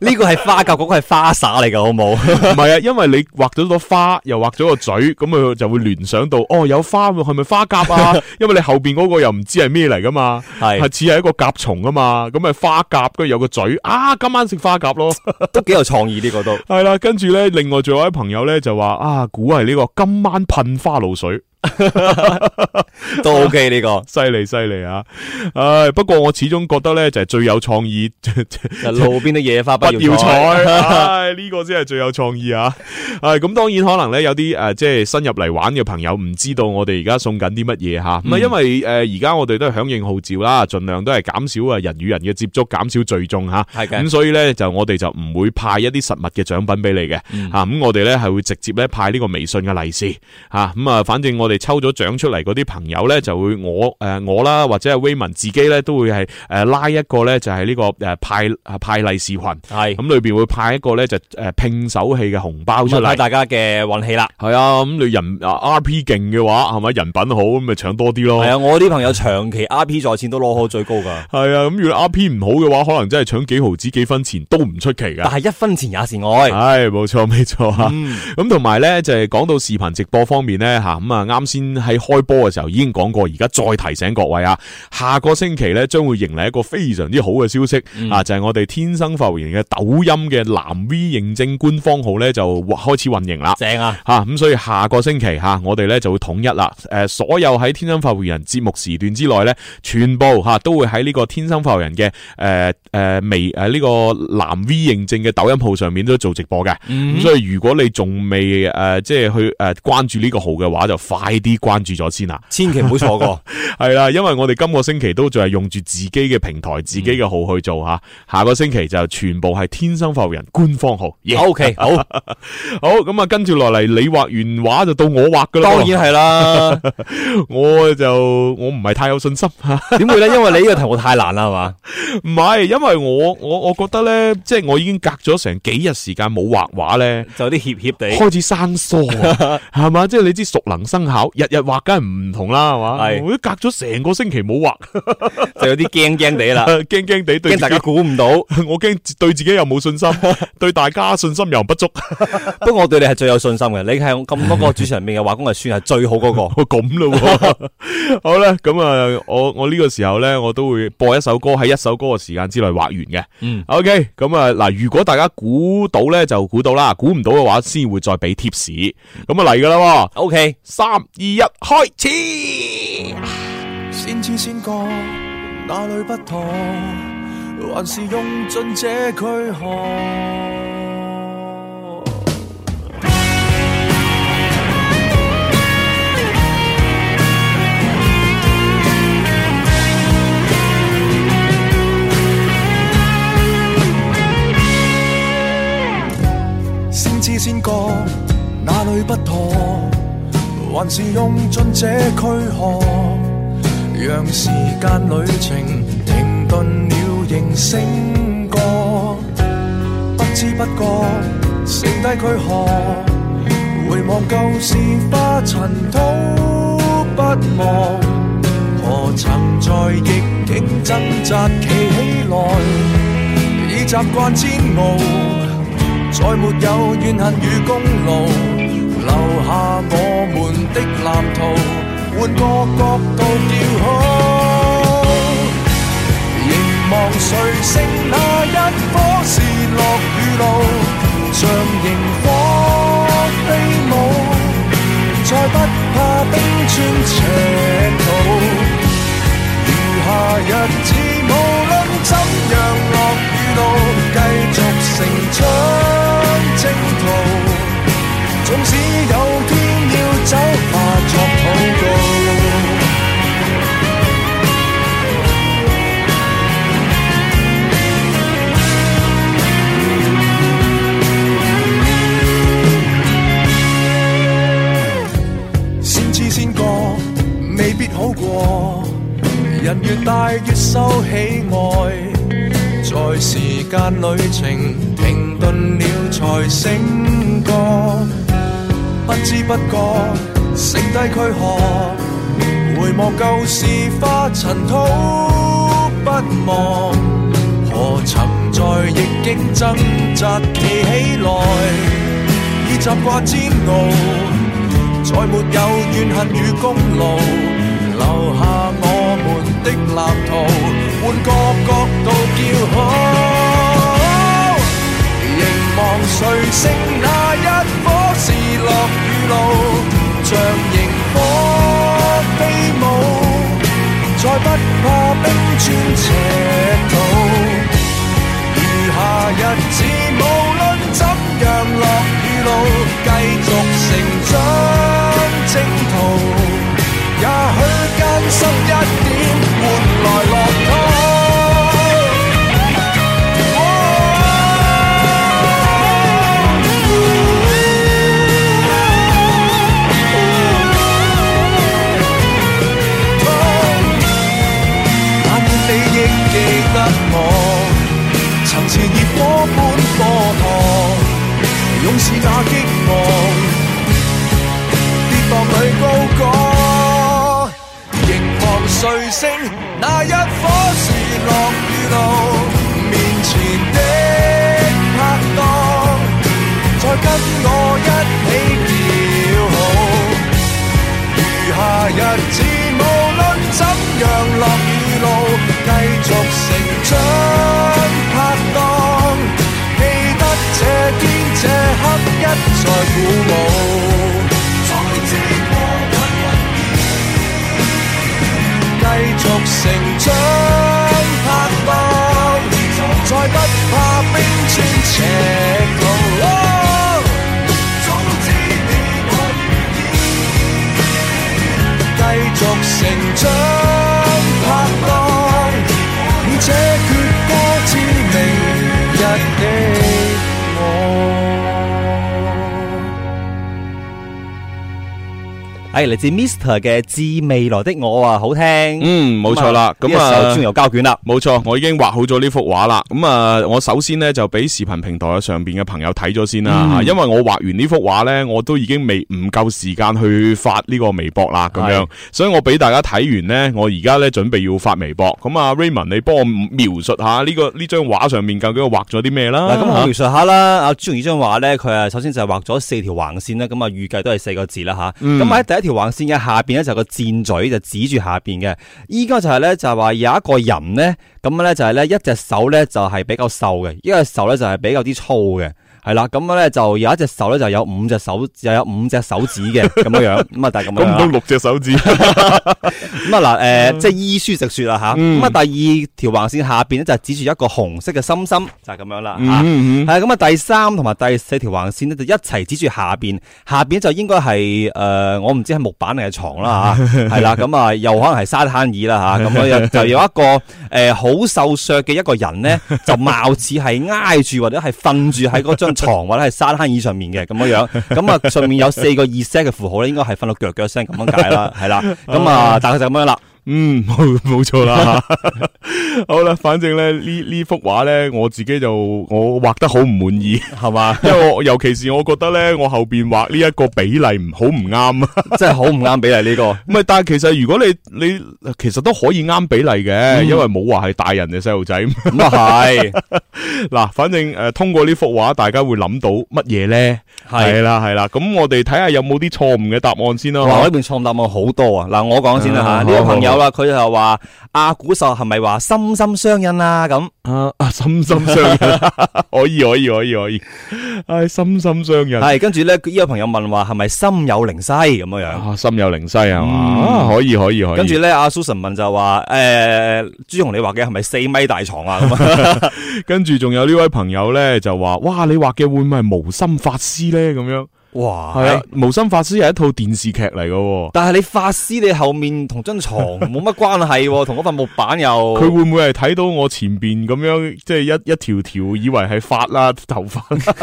C: 呢個係花甲，嗰個係花灑嚟嘅，好冇？
B: 唔係啊，因為你畫咗朵花，又畫咗個嘴，咁佢就會聯想到哦，有花喎係咪花甲啊？因為你後邊嗰個又唔知係咩嚟噶嘛，係
C: 係
B: 似係一個甲蟲啊嘛，咁咪花甲，跟住有個嘴啊，今晚食花甲 [laughs] 咯，
C: 都幾有創意呢個都。
B: 係啦，跟住咧，另外仲有位朋友咧就話啊，估係呢個今晚噴花露水。 [laughs]
C: 都 OK [laughs] 呢個，
B: 犀利犀利啊！唉，不過我始終覺得咧，就係最有創意，
C: 就路邊的野花不
B: 不要
C: 要採。 [laughs]
B: 彩，唉，呢個先係最有創意啊！唉，咁當然可能咧，有啲诶，即係新入嚟玩嘅朋友唔知道我哋而家送緊啲乜嘢吓，咁啊，
C: 嗯
B: 因為诶而家我哋都係響應號召啦，盡量都係減少啊人與人嘅接觸，減少聚眾吓。
C: 係嘅
B: 咁，所以咧就我哋就唔會派一啲實物嘅獎品俾你嘅，
C: 嗯
B: 啊咁我哋咧係會直接咧派呢個微信嘅利是，吓咁啊，反正我哋抽咗獎出嚟嗰啲朋友咧就會我诶、呃我啦或者係威文自己咧都會係诶拉一個咧就係呢、個个呃派啊派利是群，咁
C: 係
B: 裏边會派一個咧就诶拼手氣嘅紅包出
C: 咁啊睇
B: 嚟。
C: 大家嘅運氣啦。
B: 系啊，咁你人啊 R P 勁嘅話，係咪人品好咁咪搶多啲咯？
C: 係啊，我啲朋友長期 RP 在線都攞好最高㗎，
B: 係啊，咁如果 R P 唔好嘅話，可能真係搶幾毫子幾分錢都唔出奇
C: 但
B: 噶。
C: 係一分錢也是愛。
B: 唉，冇錯冇錯啊！
C: 嗯
B: 咁同埋咧就係講到視頻直播方面咧吓，咁啊啱先喺開波嘅時候已經講過，而家再提醒各位啊，下個星期咧將會迎嚟一個非常之好嘅消息、
C: 嗯
B: 啊，就係我哋天生浮人嘅抖音嘅藍 V 認證官方號咧就開始運營啦。
C: 正啊！
B: 吓咁、所以下個星期吓、我哋咧就會統一啦。诶、所有喺天生發育人節目時段之內咧，全部吓、都會喺呢個天生發育人嘅诶诶微诶呢、個藍 V 認證嘅抖音號上面都做直播嘅。咁、所以如果你仲未诶即係去诶、呃、关注呢個號嘅話，就快啲關注咗先啊啦。
C: 千祈唔好 [laughs] 錯過，
B: 係啦，因為我哋今個星期都仲係用住自己嘅平台、
C: 嗯
B: 自己嘅號去做吓、下個星期就全部係天生發育人官方號。耶
C: 哦 OK，好，
B: [laughs] 好咁啊，跟住落嚟你畫完畫就到我畫噶啦喎。
C: 當然係 [laughs] 啦。
B: [laughs] 我就我唔系太有信心 [laughs] 吓，
C: 點會咧？因為你呢個題目太難啦，係嘛？
B: 唔系，因为我我我觉得咧，即系我已经隔咗成几日时间冇画画咧。
C: 就有啲怯怯地。
B: 開始生疏
C: [laughs]
B: 啊，係嘛？即係你知熟能生巧，日日畫梗係唔同啦，係嘛？
C: 係
B: 我都隔咗成個星期冇
C: [laughs]
B: 畫，
C: 就有啲驚驚地 [laughs] 啦，
B: 驚驚地對
C: 驚
B: 自
C: 大
B: 己
C: 家，估唔到。
B: [laughs] 我驚對自己又冇信心， [laughs] 對大家信心又不足， [laughs]
C: 不過我對你係最有信心嘅，你係咁多個主持人入面嘅畫工係算係最好
B: [laughs]
C: 嗰個。
B: 我咁咯喎。 [laughs] 好啦，咁啊，我我呢個時候咧，我都會播一首歌，喺一首歌嘅時間之內畫完嘅。
C: 嗯，
B: O K，咁啊嗱，如果大家估到咧就估到啦，估唔到嘅話先會再俾貼士。咁啊嚟噶啦喎，
C: O K，
B: 三二一，開始。
E: 先知先覺哪裏不妥，還是用盡這軀殼。先知先覺
H: 哪里不妥？還是用盡這軀殼，讓時間旅程停頓了，仍升過。不知不覺，剩低軀殼，回望舊事化塵土不忘。何曾在逆境掙扎企起來，已習慣煎熬。再沒有怨恨與功勞，留下我們的藍圖，換個角度叫好。凝望誰勝那一顆是落雨路，像螢火飛舞，再不怕冰川赤土。餘下日子，無論怎樣落雨路，繼續成長征途。縱使有天要走，化作禱告。先知先覺，未必好過。人越大越受喜愛，在時間旅程停頓了才醒覺，不知不覺剩低軀殼，回望舊事化塵土不忘，何曾在逆境掙扎企起來，已習慣煎熬。再沒有怨恨與功勞，留下我們的藍圖，換個角度叫好。凝望誰勝那一顆是落雨路，像螢火飛舞，再不怕冰川赤土。餘下日子，無論怎樣落雨路，繼續成長征途。也許艱辛一點，換來樂土。但願你亦記得我。曾是熱火般課堂，勇士那激昂，跌宕裏高歌，凝望誰勝那一顆是落雨路，面前的拍檔，再跟我一起叫好。餘下日子，無論怎樣落雨路，繼續成長拍檔。記得這天這刻一再鼓舞，再這個困難，繼續成長拍檔，再不怕冰川赤土。哦總之你我繼續成長拍檔，以這闕歌致明日的我。
C: 係哎嚟自 Mr 嘅《致未來的我》啊，好聽。
B: 嗯，冇錯啦。咁
C: 呢個時候
B: 啊
C: 終於。有交卷啦。
B: 冇錯，我已經畫好咗呢幅畫啦。咁啊，我首先呢，就俾視頻平台上邊嘅朋友睇咗先啦，
C: 嗯
B: 嚇因為我畫完呢幅畫呢，我都已經未唔夠時間去發呢個微博啦，咁樣
C: 係，
B: 所以我俾大家睇完呢，我而家呢，準備要發微博。咁啊，Raymond，你幫我描述下呢、個呢張畫上面究竟我畫咗啲咩啦？啊
C: 嗱，咁我
B: 嚇
C: 描述下啦。阿朱容呢張畫咧，佢啊首先就係畫咗四條橫線啦，咁啊預計都係四個字啦吓。
B: 嗯
C: 咁喺第一條橫線嘅下邊咧就有個箭嘴就指住下邊嘅，依家就係咧就係話有一個人咧，咁咧就係咧一隻手咧就係比較瘦嘅，一隻手咧就係比較啲粗嘅。係啦，咁咧就有一隻手咧就有五隻手，就有五隻手指嘅咁樣樣，咁啊但係咁樣
B: 咁唔
C: 啦
B: 通六隻手
C: [laughs]
B: 指？
C: 咁啊嗱，诶，
B: 嗯
C: 即係依書直说啦吓。咁啊，第二條橫線下边咧就係指住一個紅色嘅心心，就係咁樣啦吓。
B: 嗯
C: 系咁啊，第三同埋第四條橫線咧就一齊指住下边，下边就應該係诶，我唔知係木板定係床啦
B: [laughs]
C: 吓。係啦，咁啊，又可能係沙灘椅啦吓。咁啊，又就有一個
B: [laughs]
C: 诶好瘦削嘅一個人咧，就貌似係挨住或者係瞓住喺嗰張張床或者係沙灘椅上面嘅咁樣樣，咁啊上面有四個 Z 嘅符號咧，應該係瞓到腳腳聲咁樣解
B: [laughs]
C: 啦，係啦，
B: 哦
C: 咁啊大概就咁樣啦。
B: 嗯，冇冇错啦。 [laughs] 好啦，反正咧呢呢幅画咧，我自己就我画得好唔满意，
C: 係嘛？
B: 因为我尤其是我觉得咧，我后边画呢一个比例唔好唔啱啊。
C: 真係好唔啱比例呢個。
B: [laughs] 唔系，但系其实如果你你其实都可以啱比例嘅，因为冇话系大人定细路仔。
C: 咁啊係，
B: [laughs] 嗱，反正诶、呃通過呢幅畫，大家會諗到乜嘢咧？
C: 係
B: 係啦，係啦。咁我哋睇下有冇啲錯誤嘅答案先啦。
C: 哇！呢邊錯答案好多啊！嗱，我講先啦
B: 啊
C: 吓，呢
B: 好好
C: 個朋友啦，佢就話阿古獸係咪話心心相印啊？咁
B: 啊啊， [laughs] 心心相印，可以，可以，可以，可以。唉，心心相印，
C: 係跟住咧，呢個朋友問話係咪心有靈犀咁樣樣。
B: 啊，心有靈犀係嘛？啊可以，可以，可以。
C: 跟住咧，阿 Susan 問就話：诶、朱紅你話嘅係咪四米大床啊？
B: [laughs]
C: 咁啊
B: 跟住仲有呢位朋友咧就話：，哇，你畫嘅會唔會係無心法師咧？咁樣係
C: 哇哎
B: 啊！，無心法師係一套電視劇嚟嘅喎，
C: 但係你法師你後面同張床冇乜關係喎，同嗰塊木板又
B: 佢會唔會係睇到我前边咁樣，即係一一條條，以為係髮啦、頭髮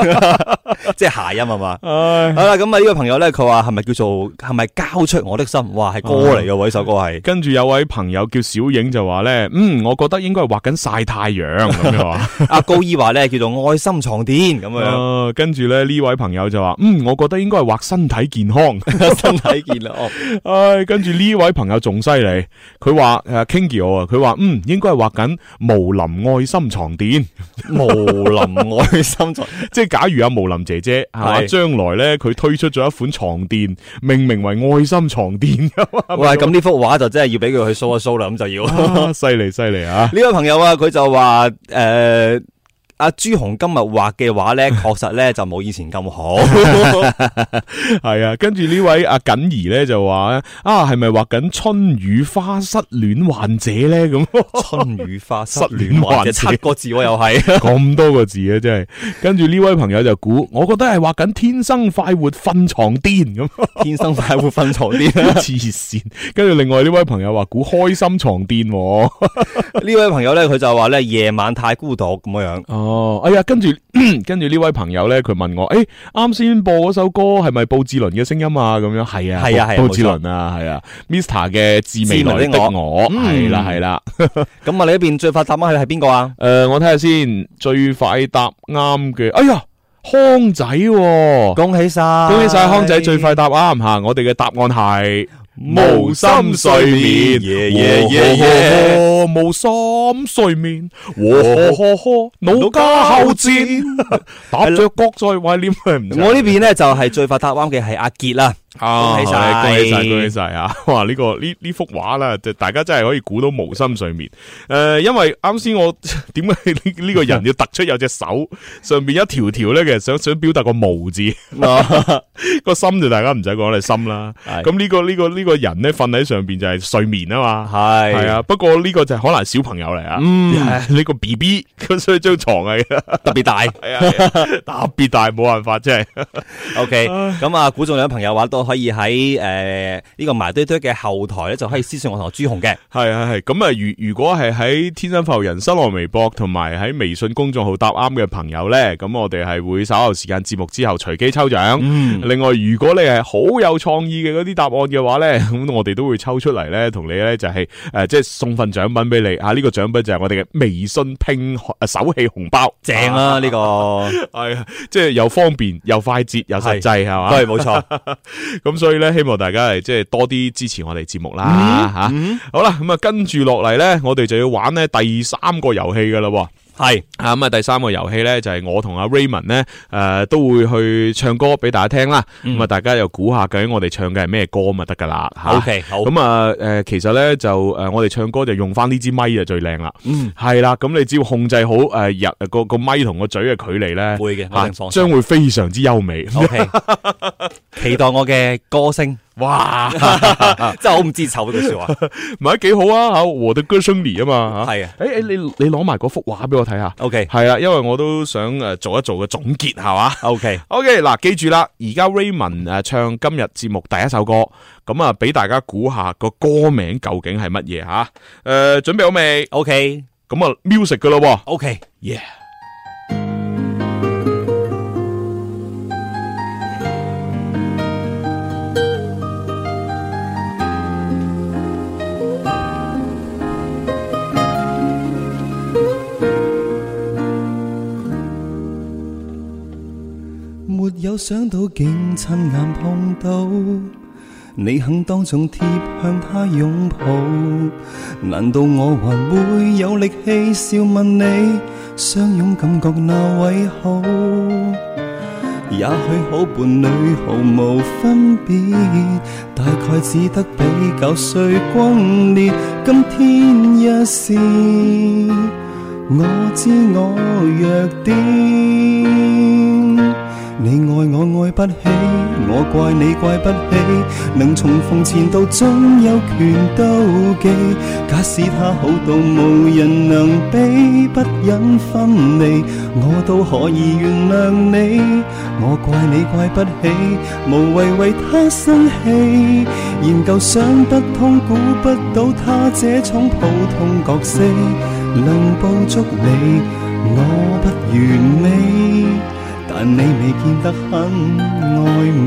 B: 啦？
C: 即係諧音係嘛？
B: 唉。
C: 好啦，咁啊呢個朋友咧，佢話係咪叫做係咪交出我的心？哇，係歌嚟嘅喎，呢首歌
B: [laughs]
C: 係。
B: 跟住有位朋友叫小影就話咧，嗯，我覺得應該係畫緊晒太陽咁樣 [laughs] 話。
C: 阿高姨話咧叫做愛心床墊咁樣。
B: 啊跟住咧呢位朋友就話，嗯，我覺得應該係畫身體健康。
C: [laughs] 身體健啦，
B: [laughs]
C: 哦，
B: 唉，跟住呢位朋友仲犀利，佢話诶 Kingy 我啊，佢話嗯應該係畫緊無林愛心床墊，
C: 無林愛心床，
B: [laughs] 即係假如阿無林姐姐係嘛，
C: 係
B: 將來咧佢推出咗一款床墊，命名為愛心床墊㗎嘛
C: 喂，咁呢幅畫就真係要俾佢去 show 一 show 啦，咁就要。
B: [laughs]
C: 呢
B: 啊犀利犀利啊！
C: 位朋友啊，佢就話诶。阿朱紅今日畫嘅畫 [laughs] 咧，確實咧就冇以前咁 [laughs] 好。
B: 系啊，跟住呢位阿锦怡咧就话咧啊，系咪画紧春雨花失恋患者咧？咁 [laughs]
C: 春雨花失
B: 戀
C: 戀
B: 患
C: 患
B: 者
C: 者 [laughs] 七個字喎，又係。
B: 咁多个字啊，真系。跟住呢位朋友就估，我觉得系画紧天生快活瞓床癫咁，
C: [laughs] 天生快活瞓床啲。
B: [laughs] 黐线。跟住另外呢位朋友话估开心床癫、喎。
C: [laughs] 呢位朋友咧，佢就話咧夜晚太孤獨咁樣。
B: 哦，哎呀，跟住 [clears throat] 跟住呢位朋友咧，佢问我，诶、啱先播嗰首歌系咪布志伦嘅声音啊？咁样系啊，
C: 係啊係啊
B: 布志伦啊，系啊，Mr 嘅致未來的
C: 致未來的
B: 我，系啦係啦。
C: 咁啊，你一邊最快答案係係邊個啊？
B: 诶、我睇下先，最快答啱嘅，哎呀，康仔、喎，
C: 恭喜晒，
B: 恭喜晒康仔最快答啱吓，我哋嘅答案系。無心睡眠，
C: 耶耶耶耶
B: 耶！無心睡眠，和呵呵，腦家後
C: [laughs]
B: 戰，打着角在懷念。唔知
C: 我呢邊咧就係最快答啱嘅係阿傑
B: 啊
C: 啦。恭喜晒
B: 係恭喜晒，恭喜晒啊！哇，呢、個呢呢幅畫啦，就大家真係可以估到無心睡眠。诶、因為啱先我 [laughs] 點解呢呢個人要突出有隻手上边一條條咧？其實想想表達個無字，
C: 哦
B: 個心就大家唔使講，你心啦。
C: 係
B: 咁呢、個呢、個呢、個人咧瞓喺上边就係睡眠啊嘛。
C: [laughs] 係
B: 係啊，不過呢個就係可能小朋友嚟啊， [laughs] 呢個 B B，咁所以張床 [laughs] 係
C: [laughs] 特別大。
B: 係啊係啊 [laughs] 特別大，冇辦法，真係。
C: OK，咁啊，估中兩位朋友嘅話都可以喺诶呢個埋堆堆嘅後台咧，就可以私信我同朱紅嘅。
B: 系系系，咁啊，如如果系喺天生浮人新浪微博同埋喺微信公众号答啱嘅朋友呢，咁我哋系会稍后时间节目之后随机抽奖。
C: 嗯
B: 另外，如果你系好有创意嘅嗰啲答案嘅话呢， [laughs] 咁我哋都会抽出嚟呢，同你呢就系、诶、即系送份奖品俾你啊！呢、個个奖品就系我哋嘅微信拼啊手气红包，
C: 正啊，呢個
B: 系啊，即系又方便又快捷又实际，系嘛？
C: 對，冇錯。
B: 咁所以咧，希望大家系即系多啲支持我哋節目
C: 嗯
B: 啦吓。好啦，咁啊跟住落嚟咧，我哋就要玩咧第三個遊戲噶啦喎。
C: 係
B: 啊咁啊，第三個遊戲咧就係我同阿 Raymond 咧，诶都會去唱歌俾大家聽啦。
C: 嗯
B: 咁啊，大家又估下究竟我哋唱嘅係咩歌咪得噶啦吓。
C: OK，好。
B: 咁啊，诶，其實咧就诶，我哋唱歌就用翻呢支咪就最靚啦。
C: 嗯，
B: 係啦，咁你只要控制好诶入個個咪同個嘴嘅距離咧，
C: 會嘅我一定放心
B: 將會非常之優美。
C: OK，期待我嘅歌聲。 [laughs]
B: 哇！
C: 真係好唔知醜呢句说話。
B: [laughs] 唔系幾好啊吓，我的歌聲里啊嘛吓。
C: 係啊
B: 诶诶，你你攞埋嗰幅畫俾我睇下。
C: OK
B: 係啊啦，因為我都想诶做一做個總結係嘛。
C: OK，
B: OK，嗱，記住啦，而家 Raymond 诶唱今日節目第一首歌，咁啊俾大家估下個歌名究竟係乜嘢吓？诶，準備好未？
C: OK，
B: 咁啊 music 噶咯喎。
C: OK，
B: Yeah。
I: 有想到竟亲眼碰到，你肯當眾貼向他擁抱，難道我還會有力氣笑問你相擁感覺那位好？也許好伴侶毫無分別，大概只得比較歲光烈。今天一試，我知我弱點，你愛我愛不起，我怪你怪不起，能重逢前度總有權妒忌。假使他好到無人能比，不忍分離，我都可以原諒你。我怪你怪不起，無謂為他生氣。研究想不通，估不到他這種普通角色能捕捉你，我不完美，但你未見得很愛美。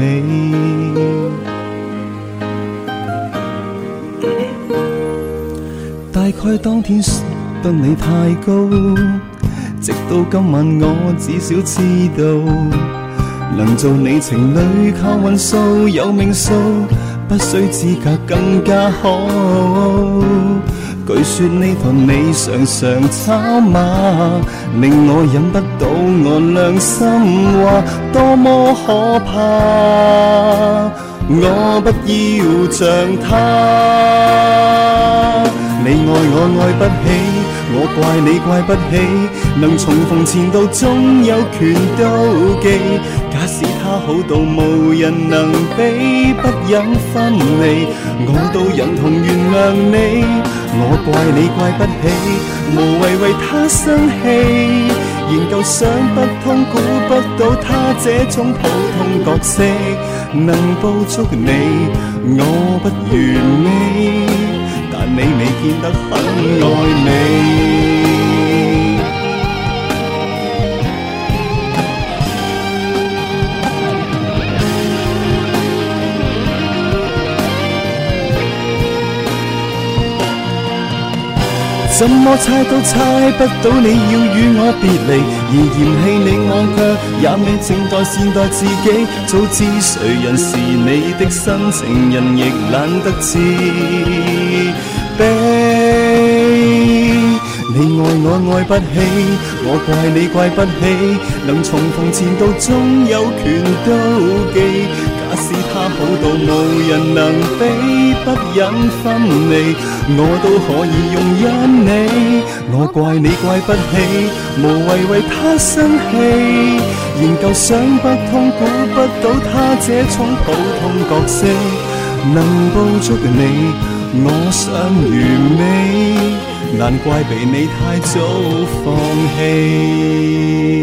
I: 大概當天得你太高，直到今晚我至少知道，能做你情侶靠運數有命數，不需資格更加好。據說呢份你常常炒馬，令我忍不到我良心話，多麼可怕！我不要像他，你愛我愛不起，我怪你怪不起，能重逢前度總有權妒忌。假使他好到無人能比，不忍分離，我都忍痛原諒你。我怪你怪不起，無謂為他生氣。研究想不通，估不到他這種普通角色能捕捉你，我不完美，但你未見得很愛你。怎麼猜都猜不到你要與我別離，而嫌棄你我卻也未靜待善待自己。早知誰人是你的新情人，亦懶得自卑。你愛我愛不起，我怪你怪不起，能重逢前度總有權妒忌。假使他好到無人能比，不忍分離，我都可以容忍你。我怪你怪不起，無謂為他生氣。研究想不通，估不到他這種普通角色能捕捉你，我想完美，難怪被你太早放棄。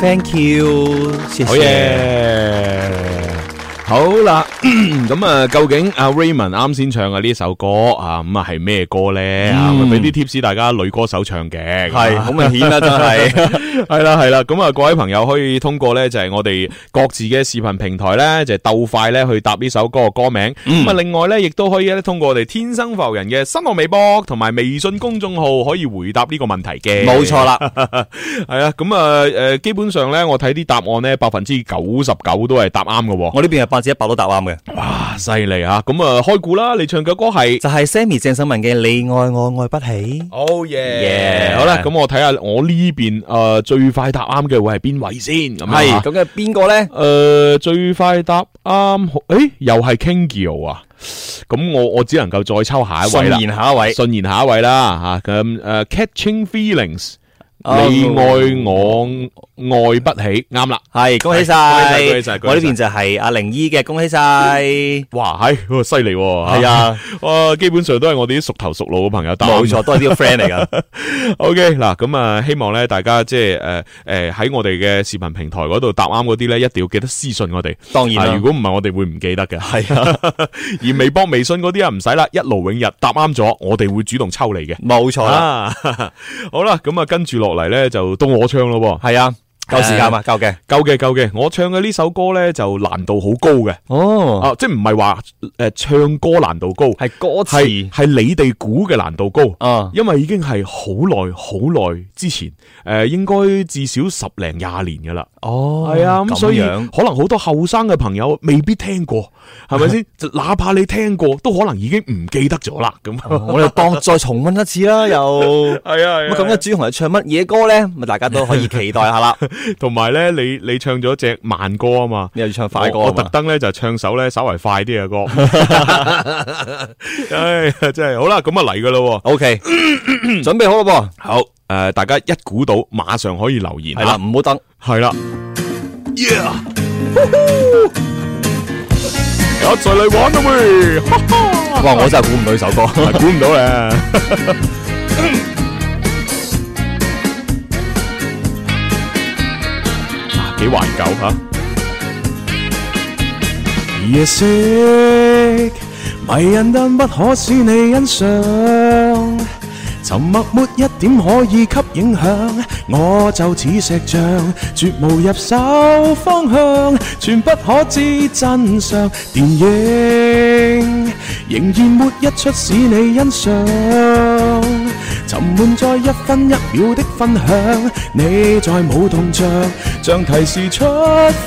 C: Thank you，謝
B: 好嘢！好啦， [clears throat] 咁啊，究竟阿 Raymond 啱先唱嘅呢首歌啊，咁啊係咩歌咧？啊，俾啲 tips 大家女歌手唱嘅，
C: 係好明顯啦， [laughs] 真係
B: 系啦系啦，咁啊各位朋友可以通過咧就係我哋各自嘅視頻平台咧就係鬥快咧去答呢首歌嘅歌名，咁啊另外咧亦都可以咧通過我哋天生浮人嘅新浪微博同埋微信公眾號可以回答呢個問題嘅，
C: 冇錯
B: [laughs]
C: 啦。
B: 系啊，咁啊诶基本上咧我睇啲答案咧百分之九十九都係答啱嘅喎，
C: 我呢邊係百分之一百都答啱嘅，
B: 哇犀利啊！咁啊開估啦，你唱嘅歌係。
C: 就係 Sammy 鄭秀文嘅《你愛我愛不起》。
B: Oh yeah！
C: Yeah
B: 好啦，咁我睇下我呢邊诶最快答啱嘅會係邊位先咁啊
C: 係咁嘅邊個咧？
B: 诶、最快答啱，诶，又系 Kingio 啊！咁我我只能夠再抽下一位啦
C: 順，言下一位。
B: 順延下一位啦吓，咁、诶、Catching Feelings，、
C: 哦
B: 你愛我愛不起，啱啦，
C: 系，恭
B: 係
C: 喜晒！
B: 恭喜晒恭喜晒
C: 我呢边就系阿玲姨嘅，恭喜晒！系
B: 哇，係喎犀利喎，，
C: 啊，
B: [laughs] 哇，基本上都係我哋啲熟頭熟路嘅朋友答啱
C: 冇错，都系呢个 friend 嚟 [laughs] 噶。
B: O K，嗱咁啊，希望咧大家即系诶诶喺我哋嘅視頻平台嗰度答啱嗰啲咧，一定要記得私信我哋。
C: 當然啦
B: 啊如果唔係我哋會唔記得嘅。
C: 系啊，
B: 而微博、微信嗰啲啊唔使啦，一勞永逸答啱咗，我哋會主動抽你嘅。 [laughs]
C: 冇错啦，
B: 啊，好啦，咁啊跟住落嚟咧就到我唱咯喎。
C: 系啊，夠時間嘛？夠嘅。
B: 夠嘅夠嘅，我唱嘅呢首歌咧就難度好高嘅，
C: 哦，
B: 啊，即系唔係話诶唱歌難度高，
C: 係歌
B: 係
C: 詞
B: 係你哋估嘅難度高，
C: 啊，
B: 因為已經係好耐好耐之前，诶應該至少十零廿年噶啦。
C: 哦
B: 系啊，咁所以
C: 樣
B: 可能好多後生嘅朋友未必聽過，係
C: [laughs]
B: 咪先？就哪怕你聽過，都可能已經唔記得咗啦。
C: [laughs]
B: 咁
C: 哦我哋當再重温一次啦， [laughs] 又。
B: 係啊，
C: 咁今日朱紅係唱乜嘢歌咧？咪大家都可以期待下啦。
B: 同埋咧，你你唱咗隻慢歌啊嘛。
C: 你又要唱快歌
B: 我
C: 啊
B: 我特
C: 嘛？
B: 登咧就唱首咧稍為快啲嘅
C: [laughs]
B: 歌，唉，真係好啦，咁啊嚟噶咯
C: [clears throat] O K，準備好咯
B: 喎，好，诶，大家一估到，馬上可以留言
C: 噃，係啦，
B: 啊，
C: 唔好等。
B: 係啦，yeah，有在嚟玩啦喂，
C: [laughs] 哇！我真係估唔到呢首歌。
B: 估唔
C: [laughs]
B: 到咧。啊幾懷舊吓。
J: 夜色迷人，但不可使你欣賞。沉默沒一點可以給影響，我就似石像，絕無入手方向，全不可知真相。電影仍然沒一出使你欣賞。沉悶在一分一秒的分享，你再冇動作，像提示出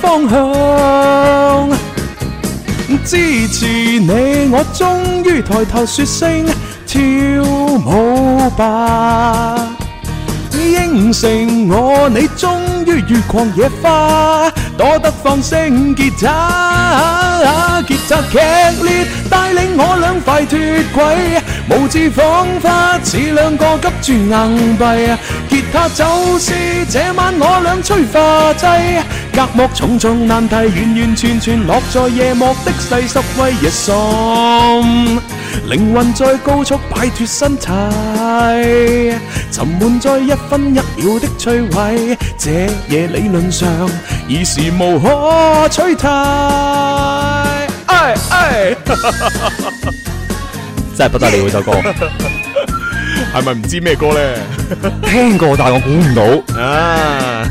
J: 方向。支持你，我終於抬頭說聲跳舞吧。應承我，你終於越狂野花，多得放聲吉他，吉他劇烈帶領我兩塊脱軌，無字彷彿似兩個急住硬幣，吉他就是這晚我倆催化劑，隔膜重重難題完完全全落在夜幕的細十位夜深。靈魂在高速擺脱身體，沉悶在一分一秒的摧毀，這夜理論上已是無可取替。
B: 哎哎，
C: 真係不得了呢首歌，
B: 系咪唔知咩歌咧？
C: 聽過但係我估唔到。
B: 啊，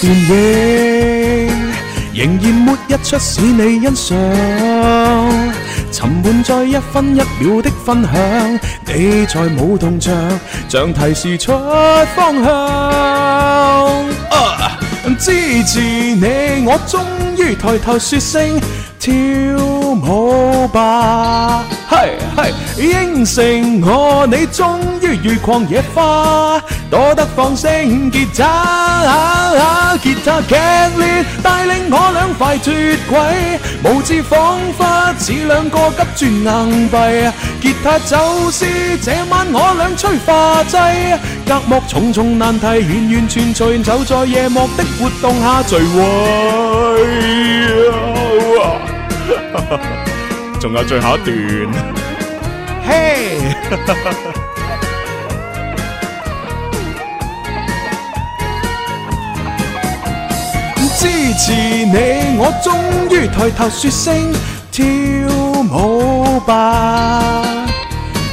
J: 電影仍然沒一出使你欣賞，沉悶在一分一秒的分享，你再冇動作，像提示出方向。啊支持你，我終於抬頭說聲跳舞吧，係係應承我，你終於越狂野花，多得放聲吉他，吉他劇烈帶領我兩塊脱軌，無字彷彿似兩個急轉硬幣，吉他就是這晚我倆催化劑，隔膜重重難題完完全全走在夜幕的活動下聚會。
B: 仲有最後一段，
J: 嘿，支持你，我終於抬頭說聲跳舞吧。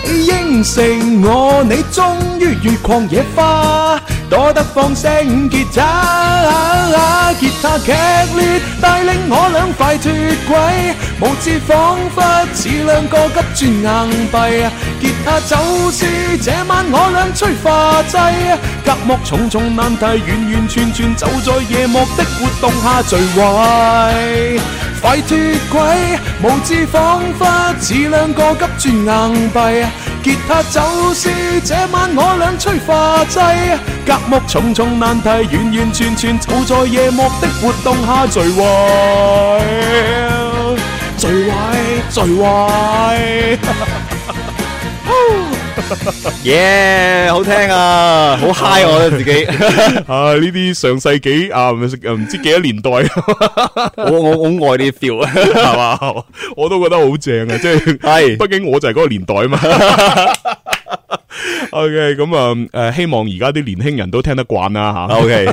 J: 應承我，你終於越狂野花，多得放聲吉他，吉他劇烈帶領我兩塊脱軌，無字彷彿似兩個急轉硬幣，吉他就是這晚我倆催化劑，隔膜重重難題完完全全走在夜幕的活動下聚位。快脱軌，無知彷彿似兩個急轉硬幣，吉他就是這晚我倆催化劑，隔膜重重難題完完全全走在夜幕的活動下聚位，聚位，聚位，
C: 耶，好聽啊，好 high 我覺得自己。
B: 啊呢啲上世紀啊唔唔知幾多年代
C: [laughs]
B: [laughs]
C: 我我我好愛呢啲 feel [laughs] 啊。
B: 係嘛，我都覺得好正啊！即係
C: 係
B: 畢竟我就係嗰個年代啊嘛。OK，咁啊，诶，希望而家啲年輕人都聽得慣啦吓。
C: O K，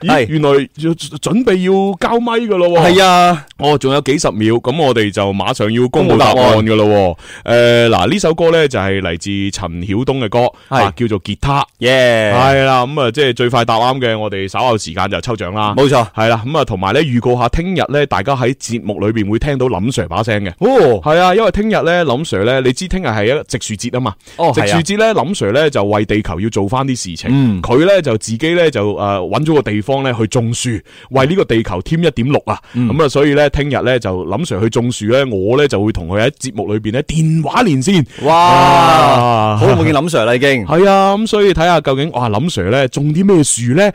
B: 咦
C: 係
B: 原來要準備要交咪噶咯喎。
C: 系啊。
B: 哦，仲有幾十秒，咁我哋就馬上要公布
C: 公布
B: 答
C: 答
B: 案噶咯。诶，嗱呢首歌咧就係嚟自陳曉東嘅歌，
C: 係
B: 啊叫做《吉他》。
C: 耶，
B: 係啦，咁啊，即係最快答啱嘅，我哋稍後時間就抽獎啦。
C: 冇錯。
B: 係啦，咁啊，同埋咧預告下，聽日咧大家喺節目裏边會聽到林 Sir 把聲嘅。
C: 哦，
B: 係啊，因為聽日咧林 Sir 咧，你知聽日係一個植樹節啊嘛。
C: 哦
B: 植
C: 係
B: 樹
C: 啊
B: 節咧，林 Sir 咧就為地球要做翻啲事情，
C: 嗯
B: 佢咧就自己咧就诶揾咗個地方咧去種樹，為呢個地球添一點綠啊！
C: 嗯
B: 咁啊，所以咧聽日咧就林 Sir 去種樹咧，我咧就會同佢喺節目裏边咧電話連線。
C: 啊哇，好耐冇見林 Sir 啦已經。
B: 啊係啊，咁所以睇下究竟哇林 Sir 咧種啲咩樹咧，